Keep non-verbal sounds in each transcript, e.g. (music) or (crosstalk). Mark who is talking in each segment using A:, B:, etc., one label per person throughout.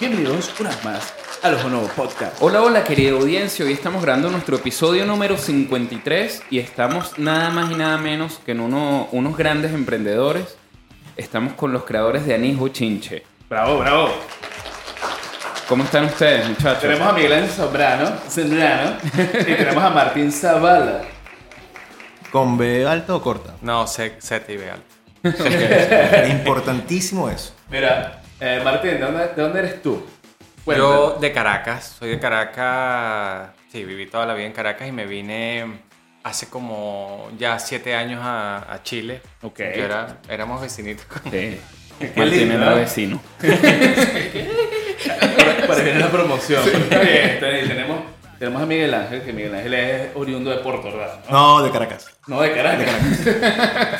A: Bienvenidos una vez más a los nuevos Podcast.
B: Hola, hola, querida audiencia. Hoy estamos grabando nuestro episodio número 53 y estamos nada más y nada menos que en uno, unos grandes emprendedores. Estamos con los creadores de Anís Chinche.
A: Bravo, bravo.
B: ¿Cómo están ustedes, muchachos?
A: Tenemos a Miguel Ángel Sobrano, Sembrano, y tenemos a Martín Zavala.
C: ¿Con B alta
A: (laughs)
C: o corta?
D: No, sé, sé veal.
C: Importantísimo eso.
A: Mira, eh, Martín, ¿de dónde, de dónde eres tú?
D: Yo de Caracas, soy de Caracas, sí, viví toda la vida en Caracas y me vine hace como ya siete años a, a Chile.
A: Ok.
D: Yo era, éramos
A: (laughs)
D: vecinitos. con-
B: Sí.
A: Qué
B: Martín
A: lindo,
B: era
A: ¿no?
B: vecino.
A: Para, para (laughs) viene la promoción. Está bien, está bien. Tenemos, tenemos a Miguel Ángel, que Miguel Ángel es oriundo de Porto, ¿verdad?
C: No, de Caracas.
A: No, de
C: De
A: Caracas.
C: Caracas.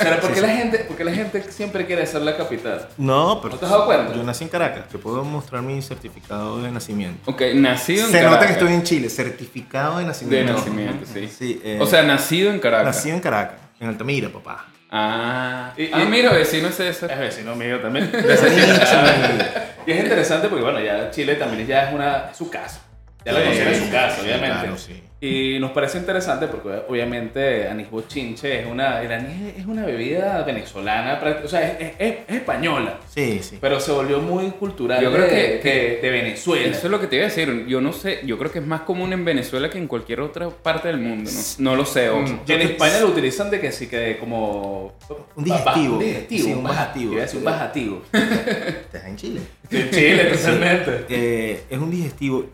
A: (laughs) ¿Será por qué la gente, porque la gente siempre quiere ser la capital?
C: No, pero.
A: ¿No te has dado cuenta?
C: Yo nací en Caracas. Te puedo mostrar mi certificado de nacimiento.
B: Ok, nacido en
C: Se
B: Caracas.
C: nota que estoy en Chile. Certificado de
B: De
C: nacimiento.
B: nacimiento, sí.
C: Sí, eh,
B: o sea, nacido en Caracas.
C: Nací en Caracas, en Altamira, papá.
B: Ah.
A: Y-
B: ah,
A: y-
B: mira, vecino es ese.
A: Es vecino mío también.
C: Vecino.
A: y es interesante porque, bueno, ya Chile también ya es una es su casa. Ya la
C: Sí,
A: conocen en su casa,
C: sí,
A: obviamente.
C: claro, sí.
A: Y nos parece interesante porque, obviamente, anís bochinche es una, el anís es una bebida venezolana, práct- o sea, es, es- es- es española,
C: Sí, sí.
A: pero se volvió muy cultural
B: Yo creo
A: de,
B: que-
A: de- de Venezuela.
B: Eso es lo que te iba a decir. Yo no sé, yo creo que es más común en Venezuela que en cualquier otra parte del mundo. No, No lo sé, ojo.
A: Mm. en España lo utilizan de que sí que como...
C: Un digestivo.
A: Un digestivo. pues,
C: Sí, un bajativo.
A: Iba a decir un
C: (laughs)
A: bajativo.
C: Estás en Chile.
A: En Chile, totalmente.
C: Eh, es un digestivo.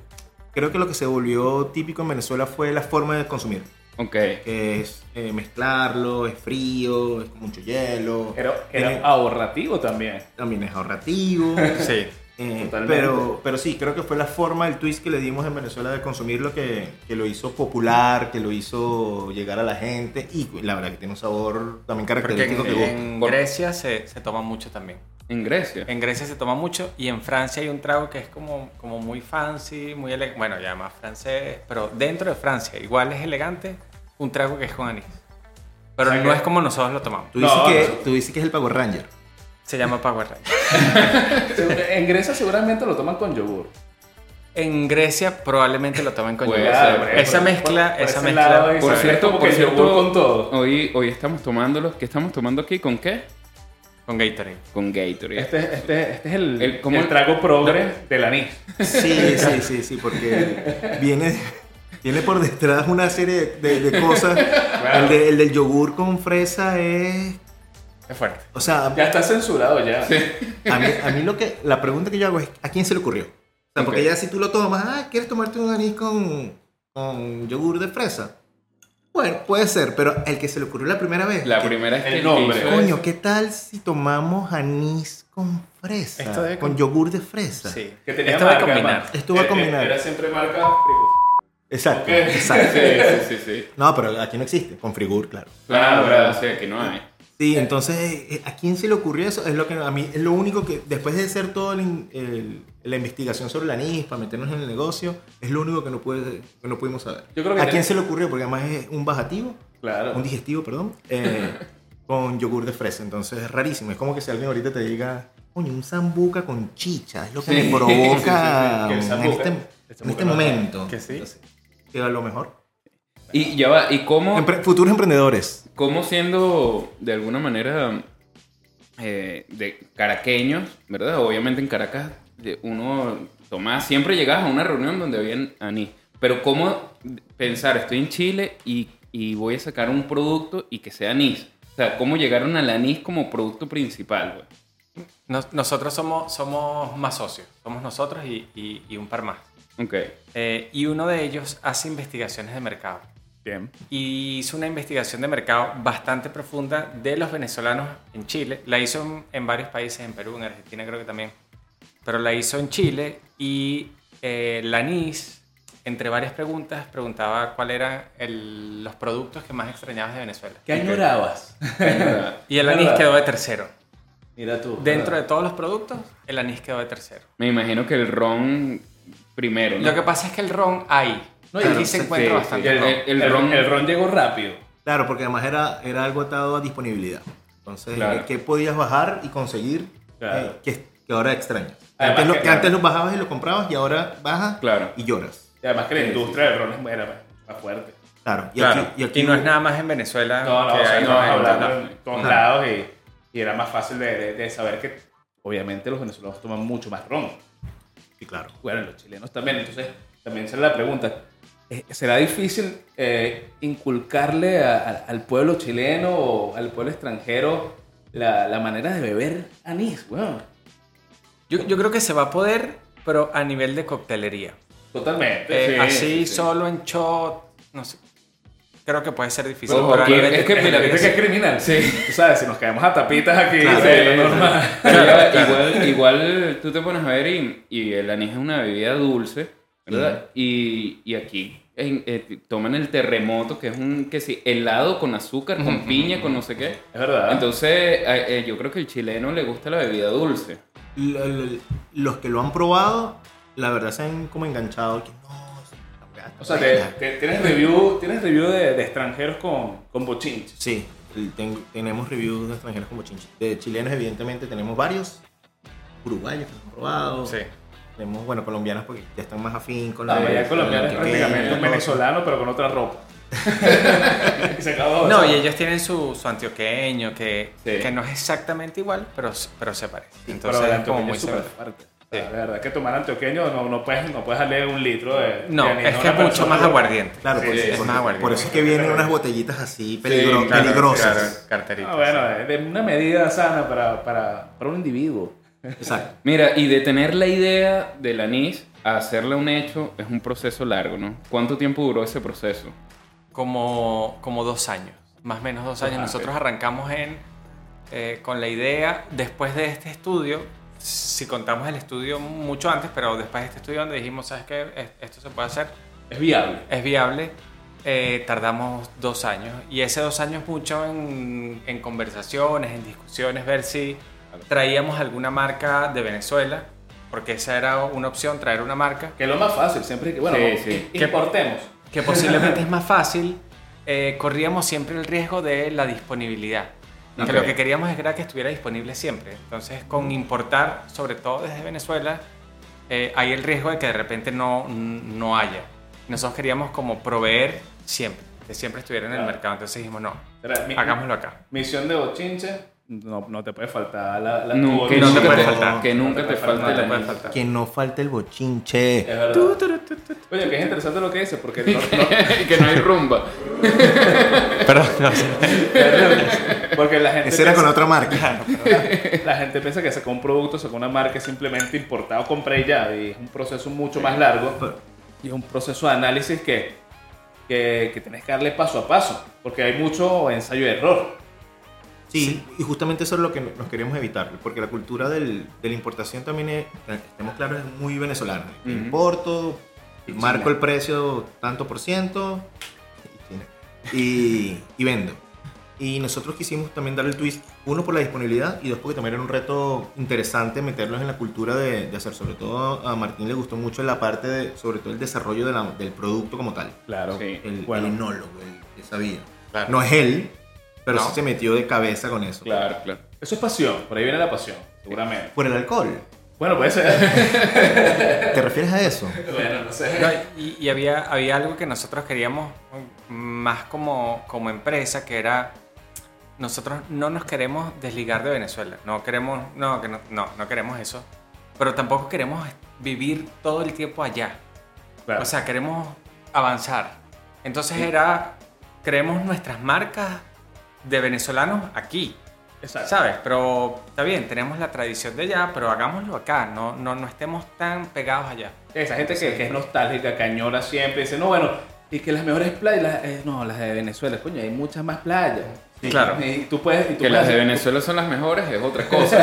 C: Creo que lo que se volvió típico en Venezuela fue la forma de consumir.
B: Ok.
C: Que es eh, mezclarlo, es frío, es con mucho hielo.
A: Era,
C: Tiene-
A: era ahorrativo
C: (laughs)
A: también.
C: también es ahorrativo.
D: (laughs) Sí.
C: Eh,
A: Totalmente.
C: pero, pero sí, creo que fue la forma, el twist que le dimos en Venezuela de consumir lo que, que lo hizo popular, que lo hizo llegar a la gente y la verdad que tiene un sabor también
D: Porque
C: característico
D: en,
C: que gusta.
D: en
B: Por-
D: Grecia se, se toma mucho también.
B: En Grecia.
D: En Grecia se toma mucho y en Francia hay un trago que es como, como muy fancy, muy elegante. Bueno, ya más francés, pero dentro de Francia igual es elegante un trago que es con anís. Pero
A: O sea
D: no
A: que-
D: es como nosotros lo tomamos.
C: Tú dices,
A: No,
C: que,
A: no.
C: tú dices que es el Power Ranger.
D: Se llama Power Ranger.
A: Segura- En Grecia seguramente lo toman con yogur.
D: En Grecia probablemente lo tomen con
B: Puede
D: yogur.
B: ser,
A: por-
D: Esa
A: Pues, por-
D: mezcla,
A: por
D: esa
A: ese
D: mezcla.
A: lado es-
B: Por
A: Exacto, es
B: cierto,
A: como
B: por
A: que
B: cierto,
A: yogur con todo.
B: Hoy, hoy estamos tomándolos. ¿Qué estamos tomando aquí? ¿Con qué?
D: Con Gatorade.
B: Con Gatorade.
A: Este, este, este es el,
B: El- como
A: el
B: el-
A: trago progre del anís.
C: (laughs) Sí, sí, sí, sí, porque viene, viene por detrás una serie de, de cosas. El, de- el del yogur con fresa es...
D: Es fuerte.
C: O sea,
A: Ya está censurado ya.
C: A mí, a mí lo que, la pregunta que yo hago es, ¿a quién se le ocurrió? O sea, porque
B: Ok.
C: ya si tú lo tomas, ah, ¿quieres tomarte un anís con, con yogur de fresa? Bueno, puede ser, pero el que se le ocurrió la primera vez.
B: La
C: que,
B: primera es
A: el
B: que
A: nombre.
B: hizo
C: Coño,
B: eso.
C: ¿qué tal si tomamos anís con fresa?
D: Esto debe
C: con
D: com-
C: yogur de fresa.
D: Sí.
A: Que tenía
D: Esto va a
A: marca,
D: combinar.
A: además.
C: Esto va a
A: Era-
C: combinar.
A: Era siempre marca.
C: Exacto,
A: Ok.
C: exacto.
B: Sí, (laughs) sí, sí.
C: No, pero aquí no existe, con frigur, claro.
A: (laughs)
B: Claro,
A: Claro,
B: claro.
A: claro.
B: O sea, que no hay.
C: Sí, entonces, eh, ¿a quién se le ocurrió eso? Es lo que a mí es lo único que, después de hacer toda la, in- el- la investigación sobre la NIS, para meternos en el negocio, es lo único que no, puede, que no pudimos saber.
A: Yo creo que
C: ¿A
A: te-
C: quién se le ocurrió? Porque además es un bajativo,
A: Claro.
C: un digestivo, perdón,
A: (laughs)
C: eh, con yogur de fresa. Entonces es rarísimo. Es como que si alguien ahorita te diga, coño, un sambuca con chicha, es lo que
B: Sí,
C: me
A: sí,
C: provoca
A: sí, sí, que el
C: en
A: sambuca-
C: este,
A: el
C: en
A: sambuca
C: este
A: no-
C: momento.
D: que sí.
C: Entonces, que a lo mejor.
B: Y ya va. ¿Y cómo,
C: Empre- futuros emprendedores.
B: cómo siendo de alguna manera eh, de caraqueños, ¿verdad? Obviamente en Caracas de- uno tomaba, siempre llegabas a una reunión donde había anís. Pero cómo pensar, estoy en Chile y, y voy a sacar un producto y que sea anís. O sea, cómo llegaron al anís como producto principal, güey.
D: Nos- nosotros somos, somos más socios. Somos nosotros y, y- y un par más.
B: Ok.
D: Eh, y uno de ellos hace investigaciones de mercado.
A: Bien.
D: Y hizo una investigación de mercado bastante profunda de los venezolanos en Chile. La hizo en, en varios países, en Perú, en Argentina creo que también. Pero la hizo en Chile y eh, la NIS, entre varias preguntas, preguntaba cuáles eran el- los productos que más extrañabas de Venezuela.
A: ¿Qué añorabas?
D: Y el anís
A: Claro.
D: quedó de tercero.
A: Mira tú.
D: Dentro de todos los productos, el anís quedó de tercero.
B: Me imagino que el ron primero, ¿no?
D: Lo que pasa es que el ron hay.
A: No, y
D: Aquí
A: el-
D: se encuentra
B: sí,
A: Y
D: bastante
A: el,
D: ron.
A: el- el ron, el ron llegó rápido.
C: Claro, porque además era, era algo atado a disponibilidad. Entonces,
B: Claro.
C: ¿qué podías bajar y conseguir
A: Claro.
C: eh, que, que ahora extrañas?
A: Además
C: antes, lo-
A: que-
C: que antes los bajabas y los comprabas y ahora bajas
B: Claro.
C: y lloras.
A: Y además que la
B: Sí,
A: industria del ron es buena, más, más fuerte.
C: Claro. Y,
D: Claro,
C: aquí, y aquí
D: no es nada más en Venezuela.
A: No, no,
D: Ah, que
A: o sea,
D: hay
A: no,
D: más gente,
A: hablando
D: no.
A: en todos
C: Ajá.
A: lados y, y era más fácil de, de- de saber que obviamente los venezolanos toman mucho más ron.
C: sí, claro.
A: Bueno, los chilenos también. Entonces, también será la pregunta. eh, ¿Será difícil eh, inculcarle a- a- al pueblo chileno o al pueblo extranjero la, la manera de beber anís? Bueno,
D: Yo, yo creo que se va a poder, pero a nivel de coctelería.
A: totalmente.
D: Eh,
A: sí,
D: así
A: sí, sí.
D: solo en shot, no sé. Creo que puede ser difícil.
B: Ojo,
D: pero a
B: que-
D: nivel de
B: es que mira,
A: Mira,
D: coctelería
A: viste que es criminal. Sí. Tú sabes, si nos quedamos a tapitas aquí,
C: Claro,
A: sí,
B: sí,
A: lo normal.
B: Pero
D: Claro,
B: ya,
D: claro.
B: Igual, igual tú te pones a ver y, y el anís es una bebida dulce, ¿verdad? Y, y aquí en- eh, toman el terremoto, que es un que sí, helado con azúcar, con piña, con no sé qué.
A: Es verdad.
B: Entonces, eh, eh, yo creo que al chileno le gusta la bebida dulce.
C: Lo- lo- los que lo han probado, la verdad se han como enganchado. Que, no, esta weá está
A: o sea, te-
C: buena".
A: te- tienes review, tienes review de, de extranjeros con, con bochinches.
C: Sí, el- ten- tenemos reviews de extranjeros como chinche. De chilenos, evidentemente, tenemos varios. Uruguayos que han probado.
D: Sí.
C: Tenemos, bueno, colombianos porque ya están más afín con
A: La
C: la.
A: mayoría colombiana es
C: con la
A: prácticamente un
C: antioqueña,
A: venezolano, pero con otra
D: (laughs)
A: ropa. Y se acabó.
D: No, y ellos tienen su, su antioqueño, que,
B: Sí.
D: que no es exactamente igual, pero, s- pero se parece. Entonces
A: Pero el
D: es como
A: antioqueño
D: muy
A: es súper
D: similar.
A: fuerte. O sea, La verdad que tomar antioqueño no, no puedes no puedes darle un litro de.
D: No,
A: de anís
D: es
A: a
D: que
A: una
D: es mucho
A: persona.
D: más aguardiente.
C: Claro, por,
B: Sí,
C: eso-
B: es
C: por-
D: más aguardiente.
C: por eso es que vienen unas botellitas así peligro- peligrosas.
D: carteritas.
A: Ah, bueno, de, de una medida sana para, para, para un individuo.
C: Exacto.
B: Mira, y de tener la idea del anís a hacerle un hecho es un proceso largo, ¿no? ¿Cuánto tiempo duró ese proceso?
D: como, como dos años, más o menos dos años.
B: Ah,
D: Nosotros arrancamos en, eh, con la idea, después de este estudio, si contamos el estudio mucho antes, pero después de este estudio donde dijimos, ¿sabes qué? Es- Esto se puede hacer,
A: Es viable.
D: es viable, eh, tardamos dos años. Y ese dos años mucho en, en conversaciones, en discusiones, ver si traíamos alguna marca de Venezuela, porque esa era una opción, traer una marca
A: Que es lo más fácil, siempre que. Bueno,
B: Sí,
A: que
B: sí.
A: importemos.
D: que
A: (laughs)
D: posiblemente es más fácil, eh, corríamos siempre el riesgo de la disponibilidad.
B: Ok.
D: Que lo que queríamos era que estuviera disponible siempre. Entonces, con importar, sobre todo desde Venezuela, eh, hay el riesgo de que de repente no, no haya. Nosotros queríamos como proveer siempre, que siempre estuviera en el
A: Claro.
D: mercado. Entonces dijimos, no,
A: Era mi-
D: hagámoslo acá.
A: Misión de bochinche. No, no te puede faltar la. la
B: No,
A: tu
B: que
D: no te
B: nunca te,
D: puede faltar.
B: que nunca te falte
A: nada,
B: el
A: no te
B: anís.
A: puede faltar.
C: Que no falte el bochinche.
A: Es verdad. Oye, que es interesante lo que dices, porque no- (laughs) no-
B: (laughs) que no hay rumba.
D: Perdón, no sé.
A: porque la gente
C: Ese era con
A: piensa- (laughs)
C: otra marca.
A: La gente piensa que sacó un producto, sacó una marca, es simplemente importado, compré y ya. Y es un proceso mucho más largo. Y es un proceso de análisis que, que, que tienes que darle paso a paso. Porque hay mucho ensayo y error.
C: Sí, y justamente eso es lo que nos queremos evitar, porque la cultura del- de la importación también es, estemos claros, es muy venezolana.
B: Ujú.
C: Importo,
A: Y
C: marco
A: China.
C: el precio tanto por ciento y China, y, y vendo. Y nosotros quisimos también darle el twist, uno por la disponibilidad y dos porque también era un reto interesante meterlos en la cultura de, de hacer. Sobre todo a Martín le gustó mucho la parte de, sobre todo el desarrollo de la- del producto como tal.
A: Claro.
B: Sí.
C: El,
A: Bueno.
C: el enólogo, el que sabía.
D: Claro.
C: No es él, pero
D: No.
C: sí se metió de cabeza con eso.
B: Claro, claro.
A: Eso es pasión. Por ahí viene la pasión, seguramente.
C: Por el alcohol.
A: Bueno, puede ser.
C: ¿Te refieres a eso?
A: bueno, no sé.
D: No, y y había, había algo que nosotros queríamos mm, más como, como empresa, que era, nosotros no nos queremos desligar de Venezuela, no queremos, no, que no, no, no queremos eso, pero tampoco queremos vivir todo el tiempo allá,
A: Claro.
D: o sea, queremos avanzar. Entonces era, creemos nuestras marcas de venezolanos aquí,
A: Exacto.
D: ¿Sabes? Pero está bien, tenemos la tradición de allá, pero hagámoslo acá, no, no, no estemos tan pegados allá.
A: Esa gente que, que es nostálgica, cañora siempre, dice, no, bueno, y que las mejores playas, las- eh, no, las de Venezuela, coño, hay muchas más playas.
D: Sí, claro.
A: Y tú puedes, y tú
B: Que
A: puedes
B: las de
A: hacer-
B: Venezuela son las mejores es otra cosa.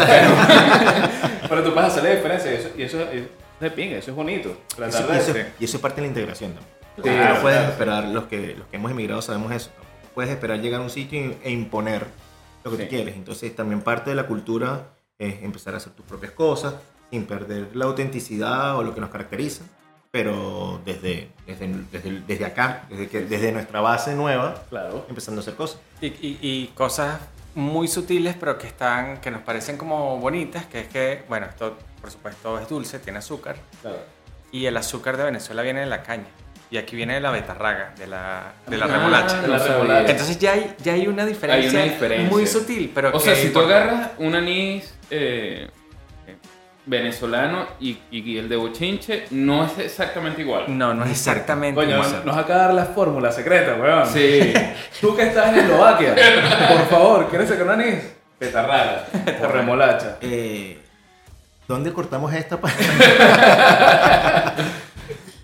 A: Pero tú puedes hacer la diferencia, y eso, y eso es de pinga, eso es bonito.
C: Eso-
A: Tratar de-
C: eso-
A: sí.
C: y eso es parte de la integración también.
A: Sí,
C: no puedes
A: claro.
C: esperar, los que, los que hemos emigrado sabemos eso. No puedes esperar llegar a un sitio y- e imponer lo que tú
B: Sí.
C: quieres. Entonces también parte de la cultura es empezar a hacer tus propias cosas sin perder la autenticidad o lo que nos caracteriza, pero desde, desde, desde, desde acá, desde, que, desde nuestra base nueva,
A: Claro.
C: empezando a hacer cosas.
D: Y, y- y cosas muy sutiles, pero que están, que nos parecen como bonitas, que es que, bueno, esto por supuesto es dulce, tiene azúcar.
A: Claro.
D: Y el azúcar de Venezuela viene de la caña. Y aquí viene de la betarraga, de la, (laughs) de la
B: Ah,
D: remolacha.
B: no
A: La
B: sabía.
A: remolacha.
D: Entonces ya hay, ya hay una diferencia,
B: diferencia.
D: muy sutil, pero
B: O
D: que
B: sea, si tú
D: importa.
B: agarras un anís eh, eh, venezolano y, y el de Bochinche, no es exactamente igual.
D: No, no es exactamente
A: Coño,
D: igual.
A: nos acaba de dar la fórmula secreta, weón.
B: Sí.
A: Tú que estás en Eslovaquia, por favor, ¿quieres sacar un anís? Petarraga o remolacha.
C: Eh, ¿Dónde cortamos (laughs) esta parte?
A: (laughs)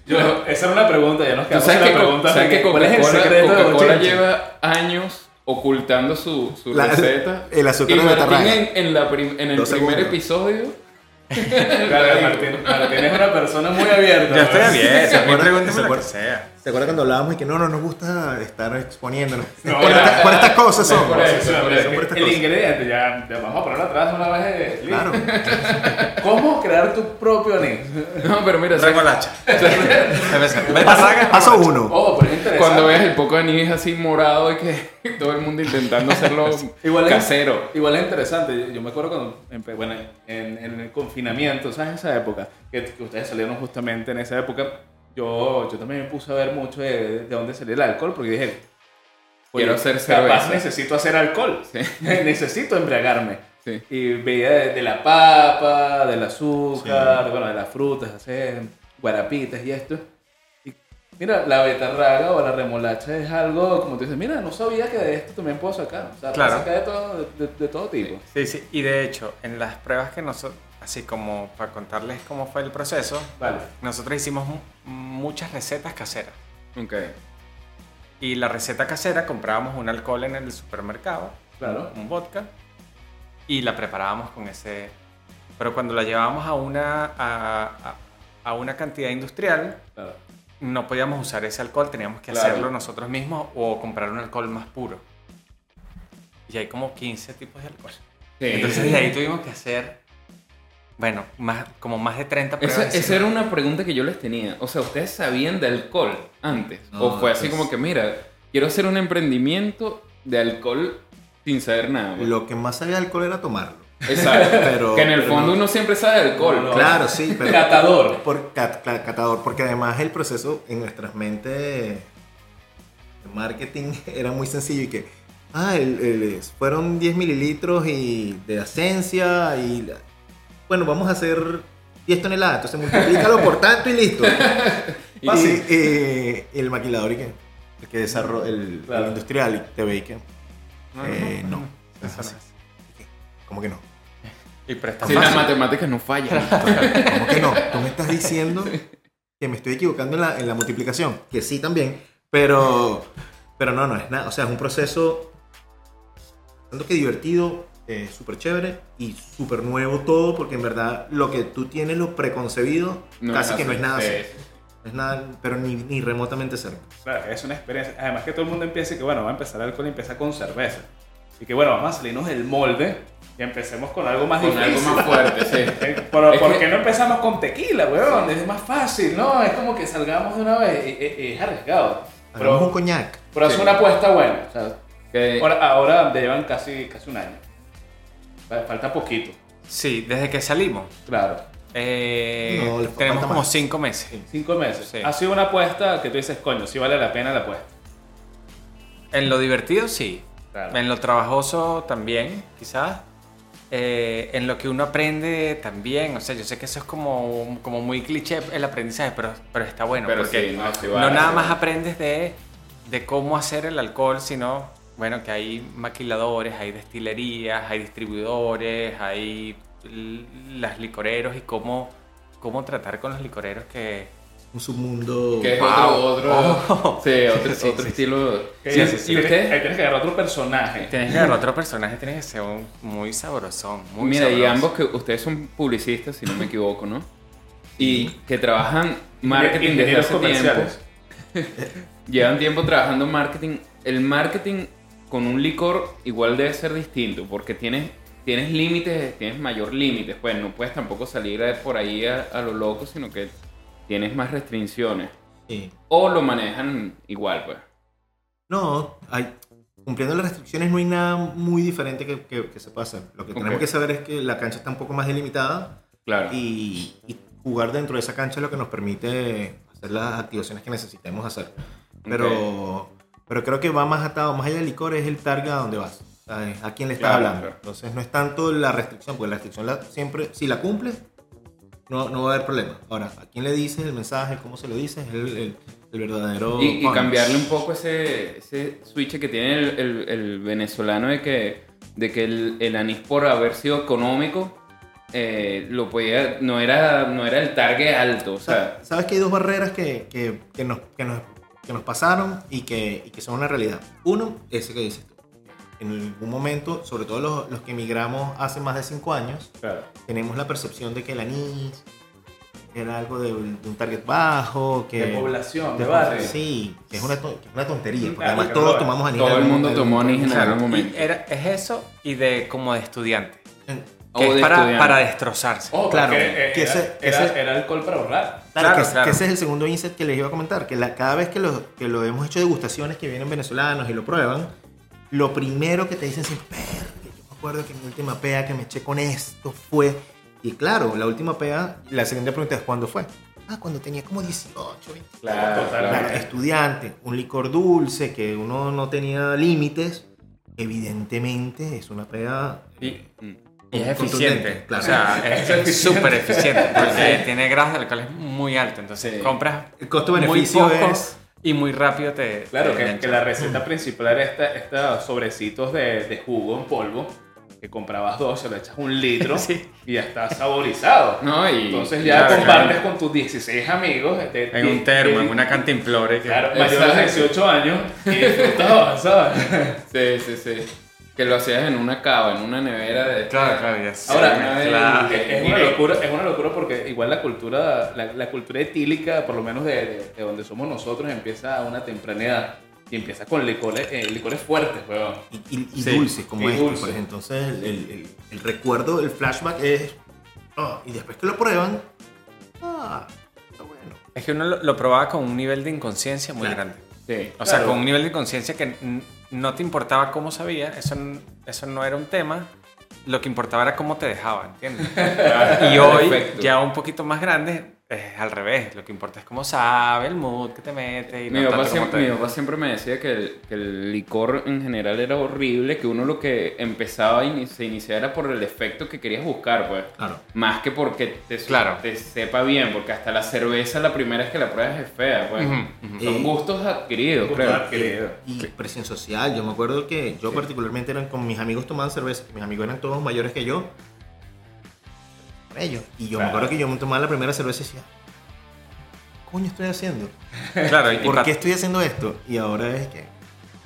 A: Yo, esa era una pregunta, ya nos
B: Tú
A: quedamos
B: sabes
A: en
B: que,
A: la pregunta.
B: sabes
A: de
B: que
A: ¿Cuál es el
B: Coca-Cola
A: secreto de
B: Coca-Cola
A: Bochinche?
B: lleva años ocultando su, su
C: La-
B: receta.
C: el azúcar
B: y
C: de
B: Martín
C: betarraga.
B: en, en la prim- en el
C: Dos
B: primer
C: segundos.
B: episodio.
A: Claro, Martín, Martín es una persona muy abierta.
D: Yo estoy
A: weón.
D: abierto, a mí
C: acuerdan-
D: pregúntame
C: se
D: lo que
C: acuerdan-
D: sea.
C: ¿Se acuerdan cuando hablábamos y que no, no nos gusta estar exponiéndonos?
A: No,
C: por,
A: ya,
C: esta-
A: ya,
C: por
A: ya.
C: estas cosas son.
B: Por eso,
A: Eso,
B: por
A: es
B: eso,
A: que
C: por estas
A: el
C: cosas.
A: ingrediente, ya, ya vamos a ponerlo atrás una vez. eh, listo.
B: (laughs)
C: Claro.
A: ¿Cómo crear tu propio anís?
B: No, pero mira, ¿sabes? (laughs)
D: Remolacha. Betarraga.
C: Paso uno.
A: Oh, pero es interesante.
B: cuando ves el poco de anís así morado y que (laughs) todo el mundo intentando hacerlo
D: (laughs)
A: Igual es-
B: casero.
A: Igual es interesante, yo- yo me acuerdo cuando, empe- bueno, en, en el confinamiento, ¿sabes? Esa época, que, que ustedes salieron justamente en esa época, yo, yo también me puse a ver mucho de, de dónde salía el alcohol, porque dije, oye,
B: Quiero hacer
A: Capaz
B: cerveza.
A: necesito hacer alcohol, (laughs) necesito embriagarme.
B: Sí.
A: Y veía de, de la papa, del azúcar, bueno, de las frutas, hacer guarapitas y esto. Y mira, la betarraga o la remolacha es algo, como tú dices, mira, no sabía que de esto también puedo sacar. O sea, puedo
D: Claro.
A: sacar de todo, de, de todo tipo.
D: Sí, sí, y de hecho, en las pruebas que nosotros, así como para contarles cómo fue el proceso,
A: Vale.
D: nosotros hicimos mu- muchas recetas caseras.
B: Ok.
D: Y la receta casera comprábamos un alcohol en el supermercado,
A: Claro.
D: un vodka, y la preparábamos con ese... Pero cuando la llevábamos a una, a, a- a una cantidad industrial,
A: claro.
D: no podíamos usar ese alcohol, teníamos que
A: Claro.
D: hacerlo nosotros mismos o comprar un alcohol más puro. Y hay como 15 tipos de alcohol.
B: Sí.
D: Entonces de ahí tuvimos que hacer, bueno, más, como más de 30 pruebas.
B: Esa,
D: de
B: esa era una pregunta que yo les tenía. O sea, ¿ustedes sabían de alcohol antes? ¿O
C: No,
B: fue así
C: pues-
B: como que, mira, quiero hacer un emprendimiento de alcohol sin saber nada? güey?
C: Lo que más sabía de alcohol era tomarlo.
B: Exacto.
C: (laughs) Pero-
B: que en el
C: pero
B: fondo
C: no.
B: uno siempre sabe de alcohol.
A: No, no.
C: Claro, sí,
B: (laughs)
C: pero.
A: Catador.
C: Por cat- cla- catador, porque además el proceso en nuestras mentes de marketing (laughs) era muy sencillo y que, ah, el- el- fueron 10 mililitros y de esencia y, la- bueno, vamos a hacer 10 toneladas, entonces multiplícalo
A: (laughs)
C: por tanto y listo.
B: Y-
C: Fácil. Y, y el maquilador y que, el que desarrolla el,
A: Claro.
C: el industrial y te ve y que,
D: No,
C: eh, no,
D: eso no es.
C: como que no,
D: Y presta
B: Si las matemáticas no fallan.
C: (laughs)
B: (laughs)
C: como que no, tú me estás diciendo que me estoy equivocando en la, en la multiplicación, que sí también, pero, pero no, no es nada. O sea, es un proceso tanto que divertido, eh, súper chévere y súper nuevo todo, porque en verdad lo que tú tienes, lo preconcebido,
B: No
C: casi
B: es
C: que no
B: así.
C: es nada así.
B: Sí.
C: No es nada, pero ni, ni remotamente cerca.
A: Claro, es una experiencia. Además que todo el mundo empieza y que, bueno, va a empezar el alcohol y empieza con cerveza. Y que, bueno, vamos a salirnos del molde y empecemos con algo más
B: Con
A: difícil.
B: algo más fuerte, sí. (laughs)
A: Eh, Pero,
B: Es
A: ¿Por
B: que-
A: qué no empezamos con tequila, weón? Es más fácil, ¿no? Es como que salgamos de una vez. E- e- Es arriesgado.
C: Hagamos un
A: Pero,
C: coñac.
A: pero es
B: Sí.
A: una apuesta buena. O sea,
B: Que-
A: ahora, ahora ya llevan casi, casi un año. Fa- Falta poquito,
D: Sí, desde que salimos,
A: claro.
D: eh,
C: No, le
D: tenemos
C: falta
D: como
C: más.
D: 5 meses.
A: Cinco meses.
D: Sí.
A: Ha sido una apuesta que tú dices, coño, sí vale la pena la apuesta.
D: En lo divertido, sí.
A: Claro.
D: En lo trabajoso también, quizás. Eh, en lo que uno aprende también. O sea, yo sé que eso es como, como muy cliché el aprendizaje, pero, pero está bueno.
B: pero
D: porque
B: sí, no, sí
D: no
B: vale,
D: nada
B: sí
D: más
B: vale.
D: aprendes de, de cómo hacer el alcohol, sino, bueno, que hay maquiladores, hay destilerías, hay distribuidores, hay l- las licoreros y cómo, cómo tratar con los licoreros que...
C: Un submundo.
B: Que es otro, otro, sí, otro, otro estilo.
A: Que
B: Sí,
A: ya-
B: sí,
A: tienes-
B: ¿Y usted? Este,
A: Ahí tienes que agarrar otro personaje.
D: Tienes que agarrar otro personaje, tienes que ser un, muy sabrosón, muy
B: Mira, y
D: sabroso.
B: ambos que ustedes son publicistas, si no me equivoco, ¿no? Y que trabajan marketing desde
A: Ingenieros
B: hace tiempo.
A: comerciales.
B: (laughs) Llevan tiempo trabajando marketing. El marketing con un licor igual debe ser distinto porque tienes, tienes límites, tienes mayor límites. Pues no puedes tampoco salir a- por ahí a, a lo loco, sino que tienes más restricciones.
C: Sí.
B: O lo manejan igual, pues.
C: No, hay- cumpliendo las restricciones no hay nada muy diferente que, que- que se pase. Lo que tenemos
B: Ok.
C: que saber es que la cancha está un poco más delimitada
B: Claro.
C: y, y jugar dentro de esa cancha es lo que nos permite hacer las activaciones que necesitemos hacer. Pero, pero creo que va más atado, más allá del licor, es el target a donde vas. ¿sabes? ¿A quién le estás
B: Claro,
C: hablando?
B: claro.
C: Entonces no es tanto la restricción, porque la restricción la- siempre, si la cumples, no, no va a haber problema. Ahora, ¿a quién le dices el mensaje? ¿Cómo se lo dices? Es el, el- el verdadero...
B: Y, y
C: punch.
B: cambiarle un poco ese, ese switch que tiene el, el- el venezolano de que, de que el, el anís por haber sido económico eh, lo podía, no era, no era el target alto. O sea,
C: Sa- Sabes que hay dos barreras que, que- que nos, que, nos, que nos pasaron y que, y que son una realidad. Uno, ese que dices tú. En algún momento, sobre todo los, los que emigramos hace más de cinco años,
A: Claro.
C: tenemos la percepción de que el anís era algo de, un de un target bajo, que...
A: De población, de
C: de-
A: barrio.
C: Sí, que es una, to- que es una tontería. Porque
A: Claro,
C: además
A: que
C: todos
A: no,
C: tomamos anís.
B: todo
C: en
B: el
C: algún-
B: mundo
C: en-
B: tomó anís en
D: Claro,
B: algún
D: y
B: momento.
D: era- es eso y de como de estudiante.
C: en-
B: O
D: Que es
B: de
D: para,
B: estudiante.
D: para destrozarse.
A: Oh,
C: Claro,
A: porque, eh,
C: que
A: era,
C: ese-
A: era-
C: ese-
A: era alcohol para ahorrar.
C: Claro,
D: Claro,
C: que,
D: claro.
C: que ese es el segundo insert que les iba a comentar, que la- cada vez que lo, que lo hemos hecho degustaciones que vienen venezolanos y lo prueban, lo primero que te dicen siempre, "Verga, yo me acuerdo que mi última pea que me eché con esto fue... Y claro, la última pea, la siguiente pregunta es, ¿cuándo fue? Ah, cuando tenía como 18, 20.
B: Claro,
A: Totalmente.
C: Claro, estudiante, un licor dulce que uno no tenía límites, evidentemente es una pea...
B: Y- mm.
D: Y es
C: Contundente,
D: eficiente.
C: claro.
D: O sea, es- es súper eficiente. Porque tiene grasas, el alcohol es muy alto. Entonces
B: Sí.
D: compras
C: El
D: muy
C: costo-beneficio
D: poco
C: es...
D: y muy rápido te.
A: Claro,
D: te
A: que,
D: engancha. Mm.
A: que la receta principal era esta, estos sobrecitos de, de jugo en polvo, que comprabas dos, se le echas un litro
D: (laughs) Sí.
A: y ya está saborizado.
B: No, y-
A: Entonces ya
D: Claro,
A: compartes
D: claro.
A: con tus 16 amigos. este,
D: En un
A: die-
D: termo, en
A: die-
D: una cantimplora. y que-
A: Claro, mayores de
B: Exacto.
A: 18 años y
D: (laughs)
A: disfrutabas, ¿sabes?
B: Sí, sí, sí. Que lo hacías en una cava, en una nevera de...
D: Claro, claro, ya sé.
A: Ahora,
B: una vez-
D: Claro.
A: Es, es una locura, es una locura porque igual la cultura, la, la cultura etílica, por lo menos de, de- de donde somos nosotros, empieza a una temprana edad y empieza con licores, eh, licores fuertes, weón.
C: y, y- y
D: Sí,
C: dulces como
A: y
C: este,
A: dulces.
C: por ejemplo. Entonces, el, el- el- el recuerdo, el flashback es. "Ah", y después que lo prueban. Ah, está bueno.
D: Es que uno lo, lo probaba con un nivel de inconsciencia muy
C: Claro.
D: grande.
B: Sí.
D: O sea,
A: Claro.
D: con un nivel de conciencia que n- no te importaba cómo sabía, eso, n- eso no era un tema. Lo que importaba era cómo te dejaba,
B: (laughs)
D: ¿entiendes? y hoy,
B: Perfecto.
D: ya un poquito más grande, es al revés. Lo que importa es cómo sabe, el mood que te mete. Y no
B: mi, papá
D: tanto cómo
B: siempre,
D: te-
B: mi papá siempre me decía que el, que el licor en general era horrible, que uno lo que empezaba y se iniciara era por el efecto que querías buscar, pues.
C: Claro.
B: Más que porque te,
D: Claro.
B: te sepa bien, porque hasta la cerveza la primera vez que la pruebas es fea, pues.
D: Ujú,
C: ujú.
B: Son
C: Eh,
B: gustos adquiridos,
A: gustos
B: creo.
A: adquiridos. Querido.
C: Y presión social. Yo me acuerdo que yo, particularmente, eran con mis amigos tomaban cerveza. que Mis amigos eran todos mayores que yo. Con Ellos. Y yo me
A: Claro.
C: acuerdo que yo me tomaba la primera cerveza y decía. "¿Qué coño estoy haciendo?
D: (laughs) Claro, y, y
C: ¿Por
D: pa-
C: qué estoy haciendo esto? Y ahora es que.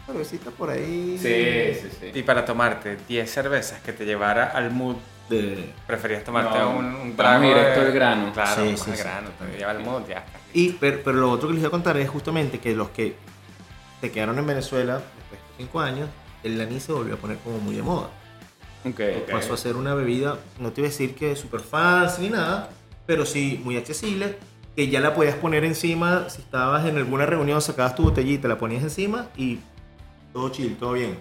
C: Cervecita por ahí.
B: Sí, sí, sí.
D: y para tomarte 10 cervezas que te llevara al mood,
C: De-
D: preferías tomarte
B: No,
D: un, un
B: vamos
D: trago.
B: directo
D: de-
B: al grano.
D: Claro,
C: Sí,
D: más
C: sí,
D: al
C: sí.
D: grano, te lleva al mood, ya.
C: Y, pero, pero lo otro que les voy a contar es justamente que los que se quedaron en Venezuela después de 5 años, el anís se volvió a poner como muy de moda.
B: Ok.
A: Ok.
C: Pasó a ser una bebida, no te voy a decir que super fancy ni nada, pero sí muy accesible, que ya la podías poner encima, si estabas en alguna reunión, sacabas tu botellita, la ponías encima y todo chill, todo bien.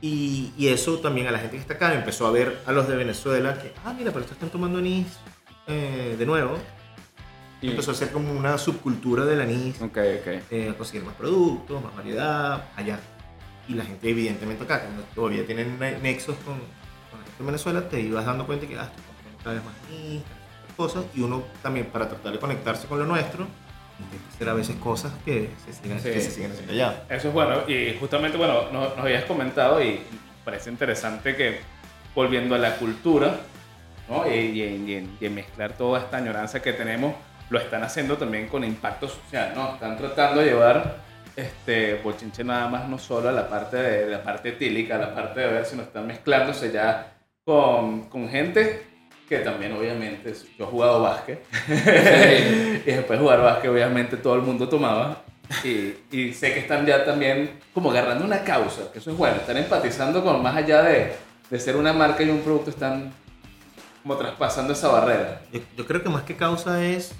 C: Y, y eso también a la gente que está acá empezó a ver a los de Venezuela que, ah, mira, pero estos están tomando anís eh, de nuevo.
B: Y-
C: Empezó a ser como una subcultura del anís
B: Ok, ok.
C: eh, a conseguir más productos, más variedad, allá. Y la gente, evidentemente, acá, que no- todavía tienen ne- nexos con, con la gente en Venezuela, te ibas dando cuenta que, ah, estoy comprando cada vez más anís, otras cosas, y uno también, para tratar de conectarse con lo nuestro, intenta hacer a veces cosas que se siguen,
B: Sí,
C: que se
B: sí,
C: siguen
B: sí.
C: haciendo allá.
A: Eso es bueno. Y justamente, bueno, no- nos, habías comentado y parece interesante que volviendo a la cultura, ¿no? Y, y en- y en- y en mezclar toda esta añoranza que tenemos, lo están haciendo también con impacto social, ¿no? Están tratando de llevar este bochinche nada más no solo a la parte de la parte etílica, a la parte de ver, sino están mezclándose ya con, con gente que también obviamente yo he jugado básquet (laughs) y después de jugar básquet obviamente todo el mundo tomaba y, y sé que están ya también como agarrando una causa, que eso es bueno, están empatizando con más allá de, de ser una marca y un producto, están como traspasando esa barrera.
C: Yo, yo creo que más que causa es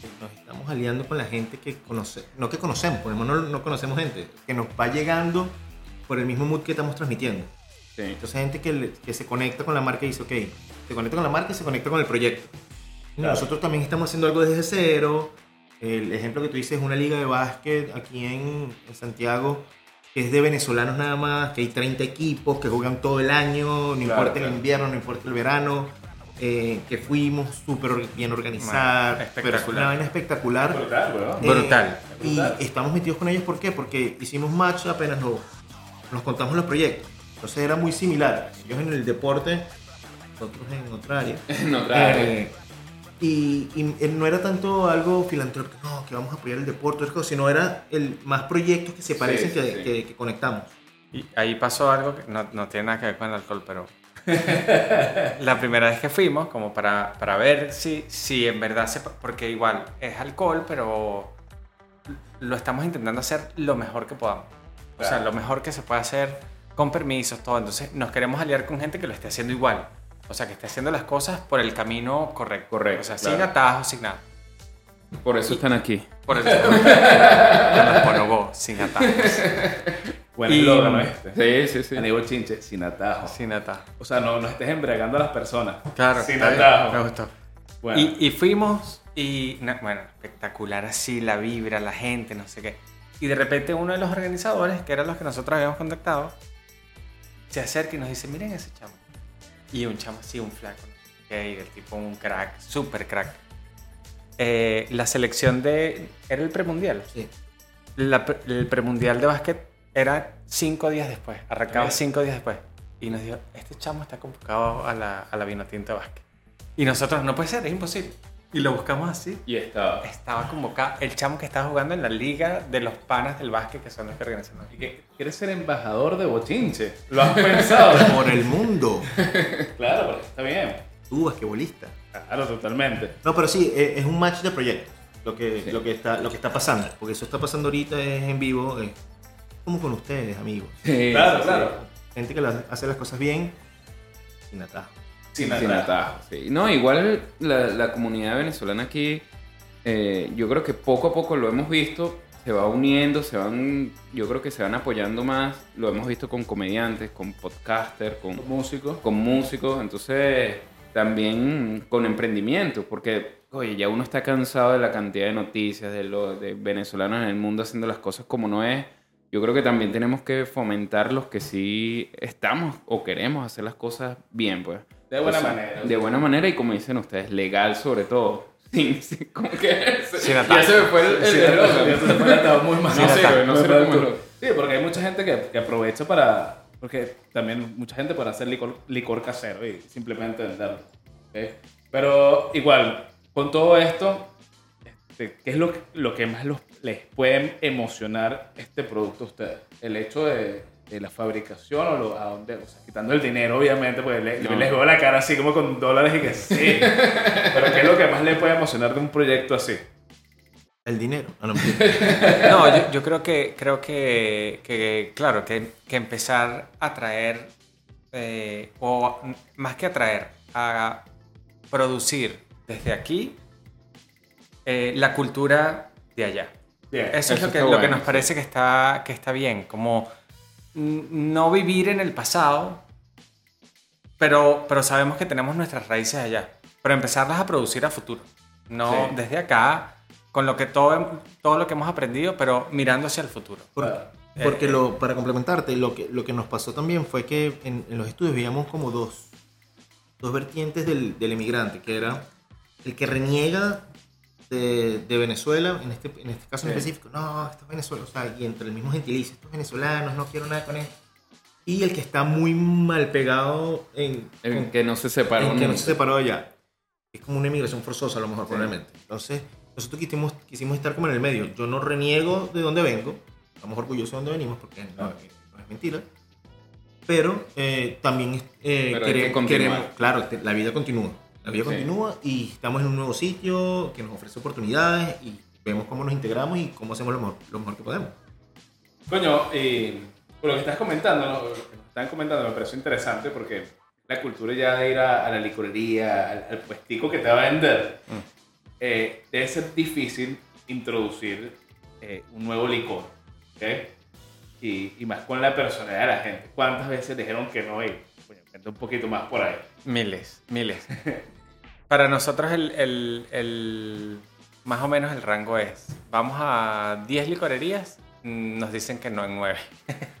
C: que nos estamos aliando con la gente que conoce, no que conocemos, porque no, no conocemos gente, que nos va llegando por el mismo mood que estamos transmitiendo.
B: Sí, Sí. (laughs)
C: Entonces gente que, le- que se conecta con la marca y dice, ok, se conecta con la marca y se conecta con el proyecto.
A: Claro.
C: Nosotros también estamos haciendo algo desde cero. El ejemplo que tú dices es una liga de básquet aquí en, en Santiago que es de venezolanos nada más, que hay 30 equipos que juegan todo el año, no importa el
A: claro.
C: invierno, no importa el verano, eh, que fuimos súper bien organizados.
D: Bueno,
C: pero es
D: espectacular.
C: Una vaina espectacular.
A: Brutal, weón.
C: Eh,
D: Brutal.
C: y
A: Brutal.
C: estamos metidos con ellos, ¿por qué? Porque hicimos match apenas nos, nos contamos los proyectos. Entonces era muy similar. Ellos en el deporte, nosotros en otra área.
B: No, claro.
C: Eh, y, y, eh, no era tanto algo filantrópico, no, que vamos a apoyar el deporte, otras cosas, sino era el más proyectos que se parecen
B: sí,
C: que,
B: sí.
C: que- que conectamos.
D: Y ahí pasó algo que no, no tiene nada que ver con el alcohol,
A: (laughs)
D: pero... la primera vez que fuimos, como para, para ver si, si en verdad se... Porque igual es alcohol, pero lo estamos intentando hacer lo mejor que podamos. O sea,
A: Claro.
D: lo mejor que se puede hacer con permisos, todo. Entonces nos queremos aliar con gente que lo esté haciendo igual. O sea, que esté haciendo las cosas por el camino correcto.
B: Correcto,
D: O sea, sin
B: claro.
D: atajos, sin nada.
B: Por eso están aquí.
D: Por
A: (laughs)
D: el monobó, sin atajos.
A: Bueno,
D: y-
A: logra, ¿no? Este.
B: Sí, sí, sí.
A: Aníbal Chinche, sin atajo.
D: Sin atajos.
A: O sea, no, no estés embriagando a las personas.
D: Claro.
A: Sin
D: está bien,
A: atajos.
D: Me gustó.
A: Bueno,
D: Y, y fuimos y, na- bueno, espectacular así, la vibra, la gente, no sé qué. Y de repente uno de los organizadores, que eran los que nosotros habíamos contactado, se acerca y nos dice, miren ese chamo. Y un chamo así, un flaco, no sé qué, y el tipo un crack, super crack. Eh, la selección de... Era el premundial.
C: Sí.
D: La pre- el premundial de básquet era cinco días después, arrancaba
A: Ok.
D: cinco días después. Y nos dijo, este chamo está convocado a la, a la Vinotinto de básquet. Y nosotros, no puede ser, es imposible. Y lo buscamos así.
B: Y estaba.
D: Estaba convocado el chamo que estaba jugando en la liga de los panas del básquet, que son los que organizan.
A: ¿y qué- ¿Quieres ser embajador de Bochinche? ¿Lo has pensado? (laughs)
C: Por el mundo, (laughs)
A: claro, pero está bien.
C: tú, basquetbolista.
A: Claro, totalmente.
C: No, pero sí, eh, es un match de proyectos. Lo que,
B: Sí.
C: lo, que está, lo que está pasando, porque eso está pasando ahorita es en vivo, es como con ustedes, amigos.
B: Sí,
A: Claro,
B: sí,
A: claro.
C: Gente que las- hace las cosas bien, sin atajo.
B: sí.
A: Sin
B: Sin
A: atajo.
B: atajo, sí. No, igual la, la comunidad venezolana aquí, eh, yo creo que poco a poco lo hemos visto, se va uniendo, se van, yo creo que se van apoyando más, lo hemos visto con comediantes, con podcasters, con,
A: Músicos.
B: con músicos, entonces también con emprendimientos, porque oye, ya uno está cansado de la cantidad de noticias de los de venezolanos en el mundo haciendo las cosas como no es. Yo creo que también tenemos que fomentar los que sí estamos o queremos hacer las cosas bien, pues.
A: De buena
B: O sea,
A: manera.
B: De buena manera y como dicen ustedes, legal sobre todo. (laughs) Sin, sin- ¿cómo que? (laughs)
A: este.
D: Sin
B: ya
D: atajo.
B: se me fue el, el
A: Sí,
B: el-
A: claro, ya se fue el atado muy mal.
B: No sé, güey, no sé
A: Muy mal
B: cómo
A: tú.
B: lo-
A: Sí, porque hay mucha gente que, que aprovecha para. Porque también mucha gente para hacer licor, licor casero y simplemente venderlo. ¿ok? Pero igual, con todo esto, este, ¿qué es lo, que- lo que más los, les puede emocionar este producto a ustedes? El hecho de, de la fabricación o lo- a dónde, o sea, quitando el dinero, obviamente, porque le-
B: No.
A: les veo la cara así como con dólares y que sí. Pero ¿qué es lo que más les puede emocionar de un proyecto así?
C: El dinero. Ah, no,
D: No, yo, yo creo que, creo que, que, claro, que, que empezar a traer, eh, o m- más que atraer, a producir desde aquí eh, la cultura de allá.
A: Bien.
D: Eso, es
B: Eso
D: lo que,
B: está
D: lo que
B: bueno,
D: nos
B: sí.
D: parece que está, que está bien, como n- no vivir en el pasado, pero, pero sabemos que tenemos nuestras raíces allá, pero empezarlas a producir a futuro, no
A: Sí.
D: desde acá, con lo que todo, todo lo que hemos aprendido, pero mirando hacia el futuro.
C: Por- porque lo, para complementarte, lo que, lo que nos pasó también fue que en, en los estudios veíamos como dos, dos vertientes del, del emigrante, que era el que reniega de, de Venezuela, en este, en este caso en
A: Sí.
C: específico, no, esto es Venezuela, o sea, y entre el mismo gentilicio, estos venezolanos, no quiero nada con esto. Y el que está muy mal pegado en, con-
B: el que no se separó.
C: en que no
B: nunca.
C: se separó de allá. Es como una inmigración forzosa, a lo mejor, probablemente. Entonces, nosotros quisimos, quisimos estar como en el medio. Yo no reniego de dónde vengo, estamos orgullosos de dónde venimos, porque no, eh, no es mentira. Pero eh, también eh,
B: Pero hay que
C: queremos,
B: continuar.
C: queremos- claro, te- la vida continúa. La vida
B: Sí.
C: continúa y estamos en un nuevo sitio que nos ofrece oportunidades y vemos cómo nos integramos y cómo hacemos lo mejor, lo mejor que podemos.
A: Coño, y por lo que estás comentando, ¿no? Lo que nos están comentando me pareció interesante porque la cultura ya de ir a, a la licorería, al, al puestico que te va a vender,
D: Mm.
A: eh, debe ser difícil introducir eh, un nuevo licor. ¿ok? y, y más con la personalidad de la gente. ¿Cuántas veces dijeron que no? Y coño, vente un poquito más por ahí.
D: Miles, miles. (laughs) Para nosotros el, el- el- más o menos el rango es, vamos a 10 licorerías, mm, nos dicen que no en 9.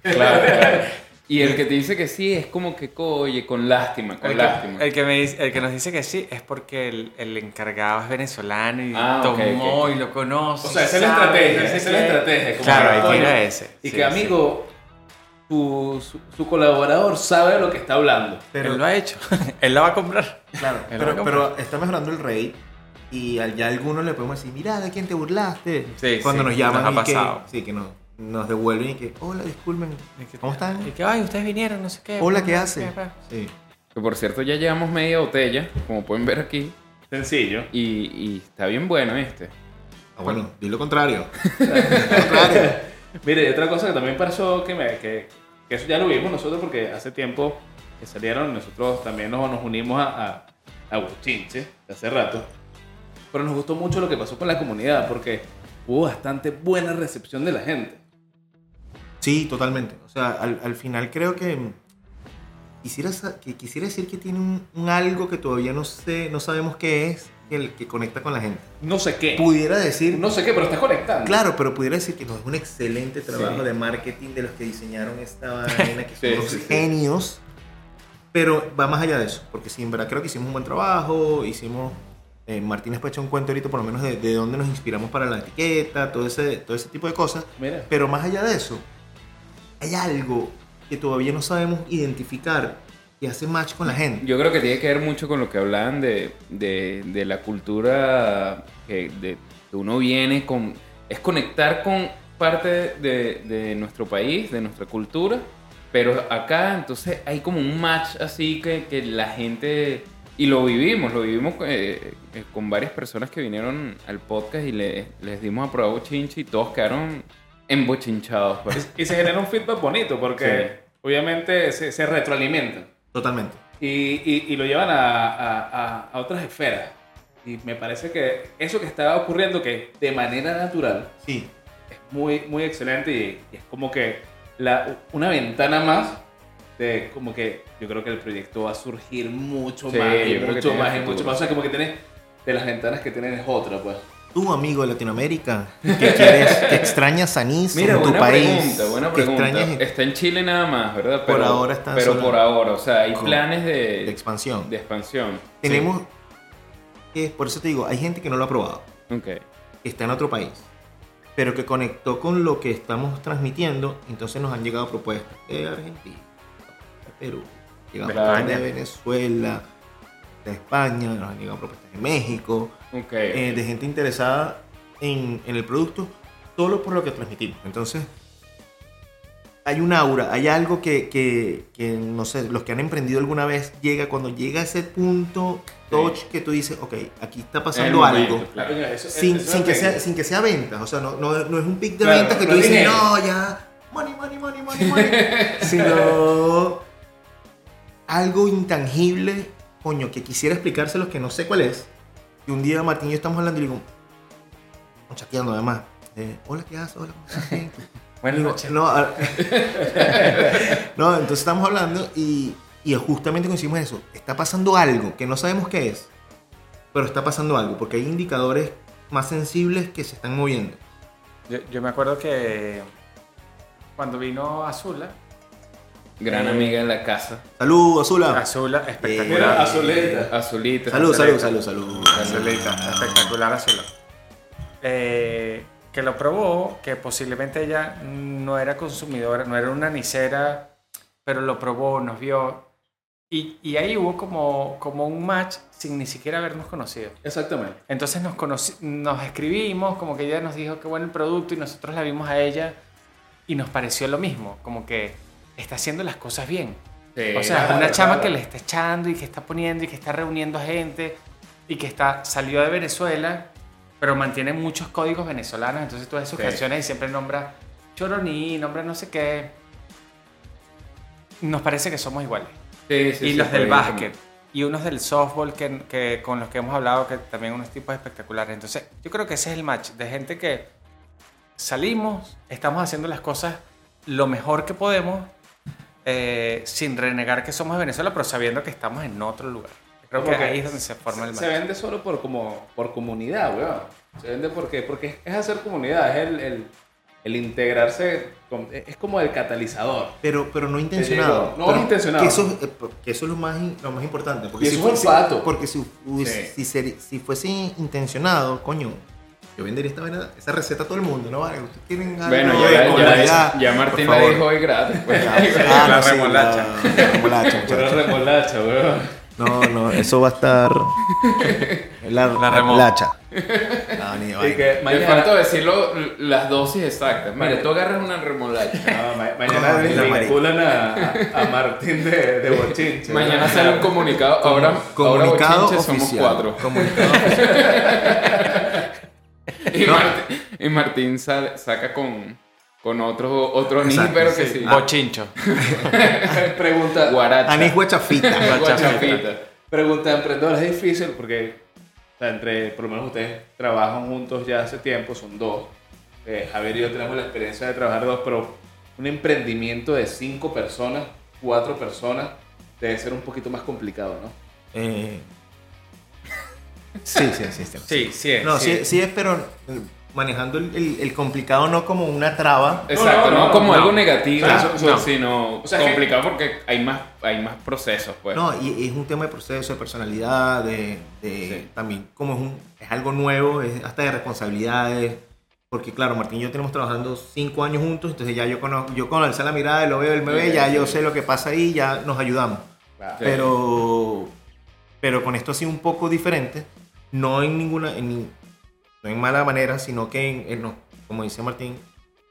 B: Claro, claro. Y el que te dice que sí es como que, oye, con lástima, con
D: El
B: lástima.
D: que, el que me dice- el que nos dice que sí es porque el, el encargado es venezolano y
B: Ah, ok,
D: tomó
B: ok,
D: y lo conoce.
A: O sea,
D: y
A: esa es la
D: sabe,
A: estrategia,
D: y no sé
A: esa es la
D: qué.
A: estrategia, como
D: Claro,
A: que,
D: ahí
A: coño,
D: tira ese.
A: Y que,
D: sí, sí.
A: amigo, tu- su, su colaborador sabe lo que está hablando.
C: Pero,
D: Él lo ha hecho. (laughs) Él la va a comprar.
C: claro,
D: Él
C: pero,
D: lo
C: pero está mejorando el rey y al- ya algunos le podemos decir, mira, ¿de quién te burlaste?
D: Sí,
C: Cuando
D: sí,
C: nos llaman
D: nos ha
C: y que-
D: pasado.
C: sí, que nos, nos devuelven y que, hola, disculpen, ¿cómo
D: Y
C: están?
D: que, ay, ustedes vinieron, no sé qué.
C: Hola, ¿qué
D: no sé
C: hace?
D: pa".
C: Sí.
B: Que por cierto ya llevamos media botella, como pueden ver aquí,
A: Sencillo.
B: y, y está bien bueno este.
C: Ah, bueno, di lo contrario. Lo contrario.
A: Mire, y otra cosa que también pasó, que, me- que- que eso ya lo vimos nosotros porque hace tiempo que salieron, nosotros también nos, nos unimos a, a, a Bochinche, de hace rato. Pero nos gustó mucho lo que pasó con la comunidad porque hubo bastante buena recepción de la gente.
C: Sí, totalmente. O sea, al, al final creo que mm, quisiera, sa- que quisiera decir que tiene un, un algo que todavía no sé, no sabemos qué es, el que conecta con la gente.
A: No sé qué.
C: Pudiera decir,
A: No sé qué, pero estás conectando.
C: claro, pero pudiera decir que no es un excelente trabajo
A: Sí.
C: de marketing de los que
B: (laughs)
C: diseñaron esta vaina, que son
B: Sí,
C: unos
B: sí, sí.
C: genios. Pero va más allá de eso, porque sí, en verdad creo que hicimos un buen trabajo, hicimos... eh, Martín después echa un cuento ahorita por lo menos de, de dónde nos inspiramos para la etiqueta, todo ese, todo ese tipo de cosas.
A: Mira.
C: Pero más allá de eso, hay algo que todavía no sabemos identificar que hace match con la gente.
B: Yo creo que tiene que ver mucho con lo que hablaban de, de- de la cultura que de, que uno viene con... Es conectar con parte de, de nuestro país, de nuestra cultura, pero acá entonces hay como un match así que, que la gente... Y lo vivimos, lo vivimos eh, eh, con varias personas que vinieron al podcast y le- les dimos a probar bochinche y todos quedaron embochinchados. pues.
A: Y se genera un feedback bonito porque obviamente se, se retroalimentan.
C: Totalmente.
A: y, y- y lo llevan a, a- a- a otras esferas. Y me parece que eso que estaba ocurriendo, que de manera natural,
C: Sí.
A: es muy, muy excelente y, y es como que la, una ventana más de como que yo creo que el proyecto va a surgir mucho
B: Sí,
A: más y
B: yo creo que
A: mucho
B: tiene
A: más y mucho
B: futuro.
A: más. O sea, como que tienes de las ventanas que tienes es otra, pues.
C: Tú, amigo de Latinoamérica, que quieres, que extrañas a Nice
B: Mira,
C: en tu
B: buena
C: país.
B: pregunta, buena
C: que
B: pregunta. Este,
C: extrañas
B: Está en Chile nada más, ¿verdad?
C: Por ahora está
B: Pero
C: solo-
B: por ahora, o sea, hay
C: Con-
B: planes
C: de
B: de,
C: expansión.
B: de expansión.
C: Tenemos, que- por eso te digo, hay gente que no lo ha probado,
B: Ok.
C: que está en otro país, pero que conectó con lo que estamos transmitiendo, entonces nos han llegado propuestas de Argentina, de Perú, llegamos
B: De España.
C: de Venezuela, de España, nos han llegado propuestas de México.
B: Ok.
C: eh, de gente interesada en, en el producto solo por lo que transmitimos. Entonces, hay un aura, hay algo que, que- que, no sé, los que han emprendido alguna vez llega, cuando llega a ese punto touch que tú dices, ok, aquí está pasando
B: En el
C: algo.
B: momento, claro.
A: Coño, eso-
C: Sin,
A: eso
C: sin que
A: es-
C: sea, sin que sea ventas, o sea, no, no- no es un pic de
A: Claro,
C: ventas que
A: no
C: tú
A: es
C: dices,
A: dinero.
C: no, ya, money, money, money, money,
A: (laughs)
C: money, sino algo intangible, coño, que quisiera explicárselos que no sé cuál es. Y un día Martín y yo estamos hablando y le digo, chateando además, eh, hola, ¿qué haces? Hola,
A: (laughs)
C: ¿cómo estás?
D: Buenas
C: Digo,
D: noches.
C: No, a- (laughs) No, entonces estamos hablando y, y justamente coincidimos en eso. Está pasando algo que no sabemos qué es, pero está pasando algo, porque hay indicadores más sensibles que se están moviendo.
D: Yo, yo me acuerdo que cuando vino Azula,
B: Gran
D: eh,
B: amiga de la casa.
C: Saludos, Azula.
D: Azula espectacular.
A: Mira, azuleta.
B: Azulita.
C: Salud, salud, salud, salud.
D: Azulita, espectacular Azula. Eh, que lo probó, que posiblemente ella no era consumidora, no era una nicera, pero lo probó, nos vio. Y, y ahí hubo como, como un match sin ni siquiera habernos conocido.
A: Exactamente.
D: Entonces nos, conoci- nos escribimos, como que ella nos dijo qué bueno el producto y nosotros la vimos a ella y nos pareció lo mismo, como que está haciendo las cosas bien.
B: Sí.
D: O sea,
A: claro,
D: una chama
A: claro.
D: que le está echando y que está poniendo y que está reuniendo a gente y que está salió de Venezuela, pero mantiene muchos códigos venezolanos. Entonces todas sus
B: Sí.
D: canciones y siempre nombra Choroní, nombra no sé qué. Nos parece que somos iguales.
B: Sí, sí,
D: y
B: sí,
D: los
B: por
D: del
B: ahí
D: básquet. Y unos del softball que, que- con los que hemos hablado, que también unos tipos espectaculares. Entonces, yo creo que ese es el match de gente que salimos, estamos haciendo las cosas lo mejor que podemos eh, sin renegar que somos de Venezuela, pero sabiendo que estamos en otro lugar. Creo que
A: Porque
D: ahí es donde se forma el
A: Se
D: match.
A: vende solo por, como, por comunidad, weón. Se vende porque, porque es hacer comunidad, es el, el, el integrarse, con- es como el catalizador.
C: Pero, pero no intencionado.
A: llegó. No
C: Pero
A: intencionado.
C: Que eso, eh, que eso es lo más, in- lo más importante. Porque
A: Y
C: si
A: eso es un
C: fuese-
A: pato.
C: Porque si, u-
B: Sí.
C: si, seri- si fuese intencionado, coño, yo vendería esta vaina- esa receta a todo el mundo, ¿no? Vale, ustedes tienen algo
B: Bueno,
C: de
B: ya, ya,
C: comodidad,
B: ya
C: por
B: Martín la
C: favor.
B: dijo hoy gratis. (laughs) pues.
C: (laughs) Ah,
D: La
C: no, sí,
D: remolacha.
C: la- la remolacha,
A: Pero
C: muchachos.
A: remolacha, weón.
C: No, no, eso va a estar. La,
D: La
C: remolacha. No, ni de
A: Y
C: vaina.
A: que
B: Me
A: mañana.
B: faltó decirlo las dosis exactas. Mira,
A: Vale.
B: tú agarras una remolacha.
A: No, ma-
C: Ah,
A: mañana
C: la
A: le
C: marica.
A: vinculan a, a Martín de, de Bochinche.
B: Mañana
A: weón.
B: sale un comunicado. Ahora,
C: Comunicado
B: ahora Bochinche somos
C: oficial.
B: cuatro.
C: Comunicado
B: Y,
C: No.
B: Martín, y Martín sale- saca con, con otro, otro anís,
C: Exacto, Ah,
B: pero que
A: sí.
B: sí.
D: Bochincho.
A: Pregunta,
B: Guaracha. (laughs)
C: Anís guachafita.
B: Guachafita.
A: pregunta de emprendedor, es difícil porque o sea, entre, por lo menos ustedes trabajan juntos ya hace tiempo, son dos. Eh, Javier y yo tenemos la experiencia de trabajar dos, pero un emprendimiento de cinco personas, cuatro personas, debe ser un poquito más complicado, ¿no?
C: Eh, sí, sí, sí, sí.
D: Sí, sí es.
C: No,
D: sí
C: sí,
D: es.
C: sí es, pero eh, manejando el, el- el complicado no como una traba.
A: No,
B: Exacto, no,
A: no, no,
B: como
A: no.
B: algo negativo,
A: Claro,
B: eso-
A: no.
B: sino
A: O sea,
B: complicado porque hay más, hay más procesos, pues.
C: No, y es un tema de proceso, de personalidad, de, de-
B: Sí.
C: también como es, un, es algo nuevo, es hasta de responsabilidades. Porque claro, Martín y yo tenemos trabajando cinco años juntos, entonces ya yo conozco, yo con alzar la mirada, lo veo, él me ve,
B: Sí,
C: ya yo
B: sí.
C: sé lo que pasa ahí, ya nos ayudamos.
B: Sí.
C: Pero, pero con esto ha sido un poco diferente, no en ninguna, en, ni- no en mala manera, sino que, en, en no- como dice Martín,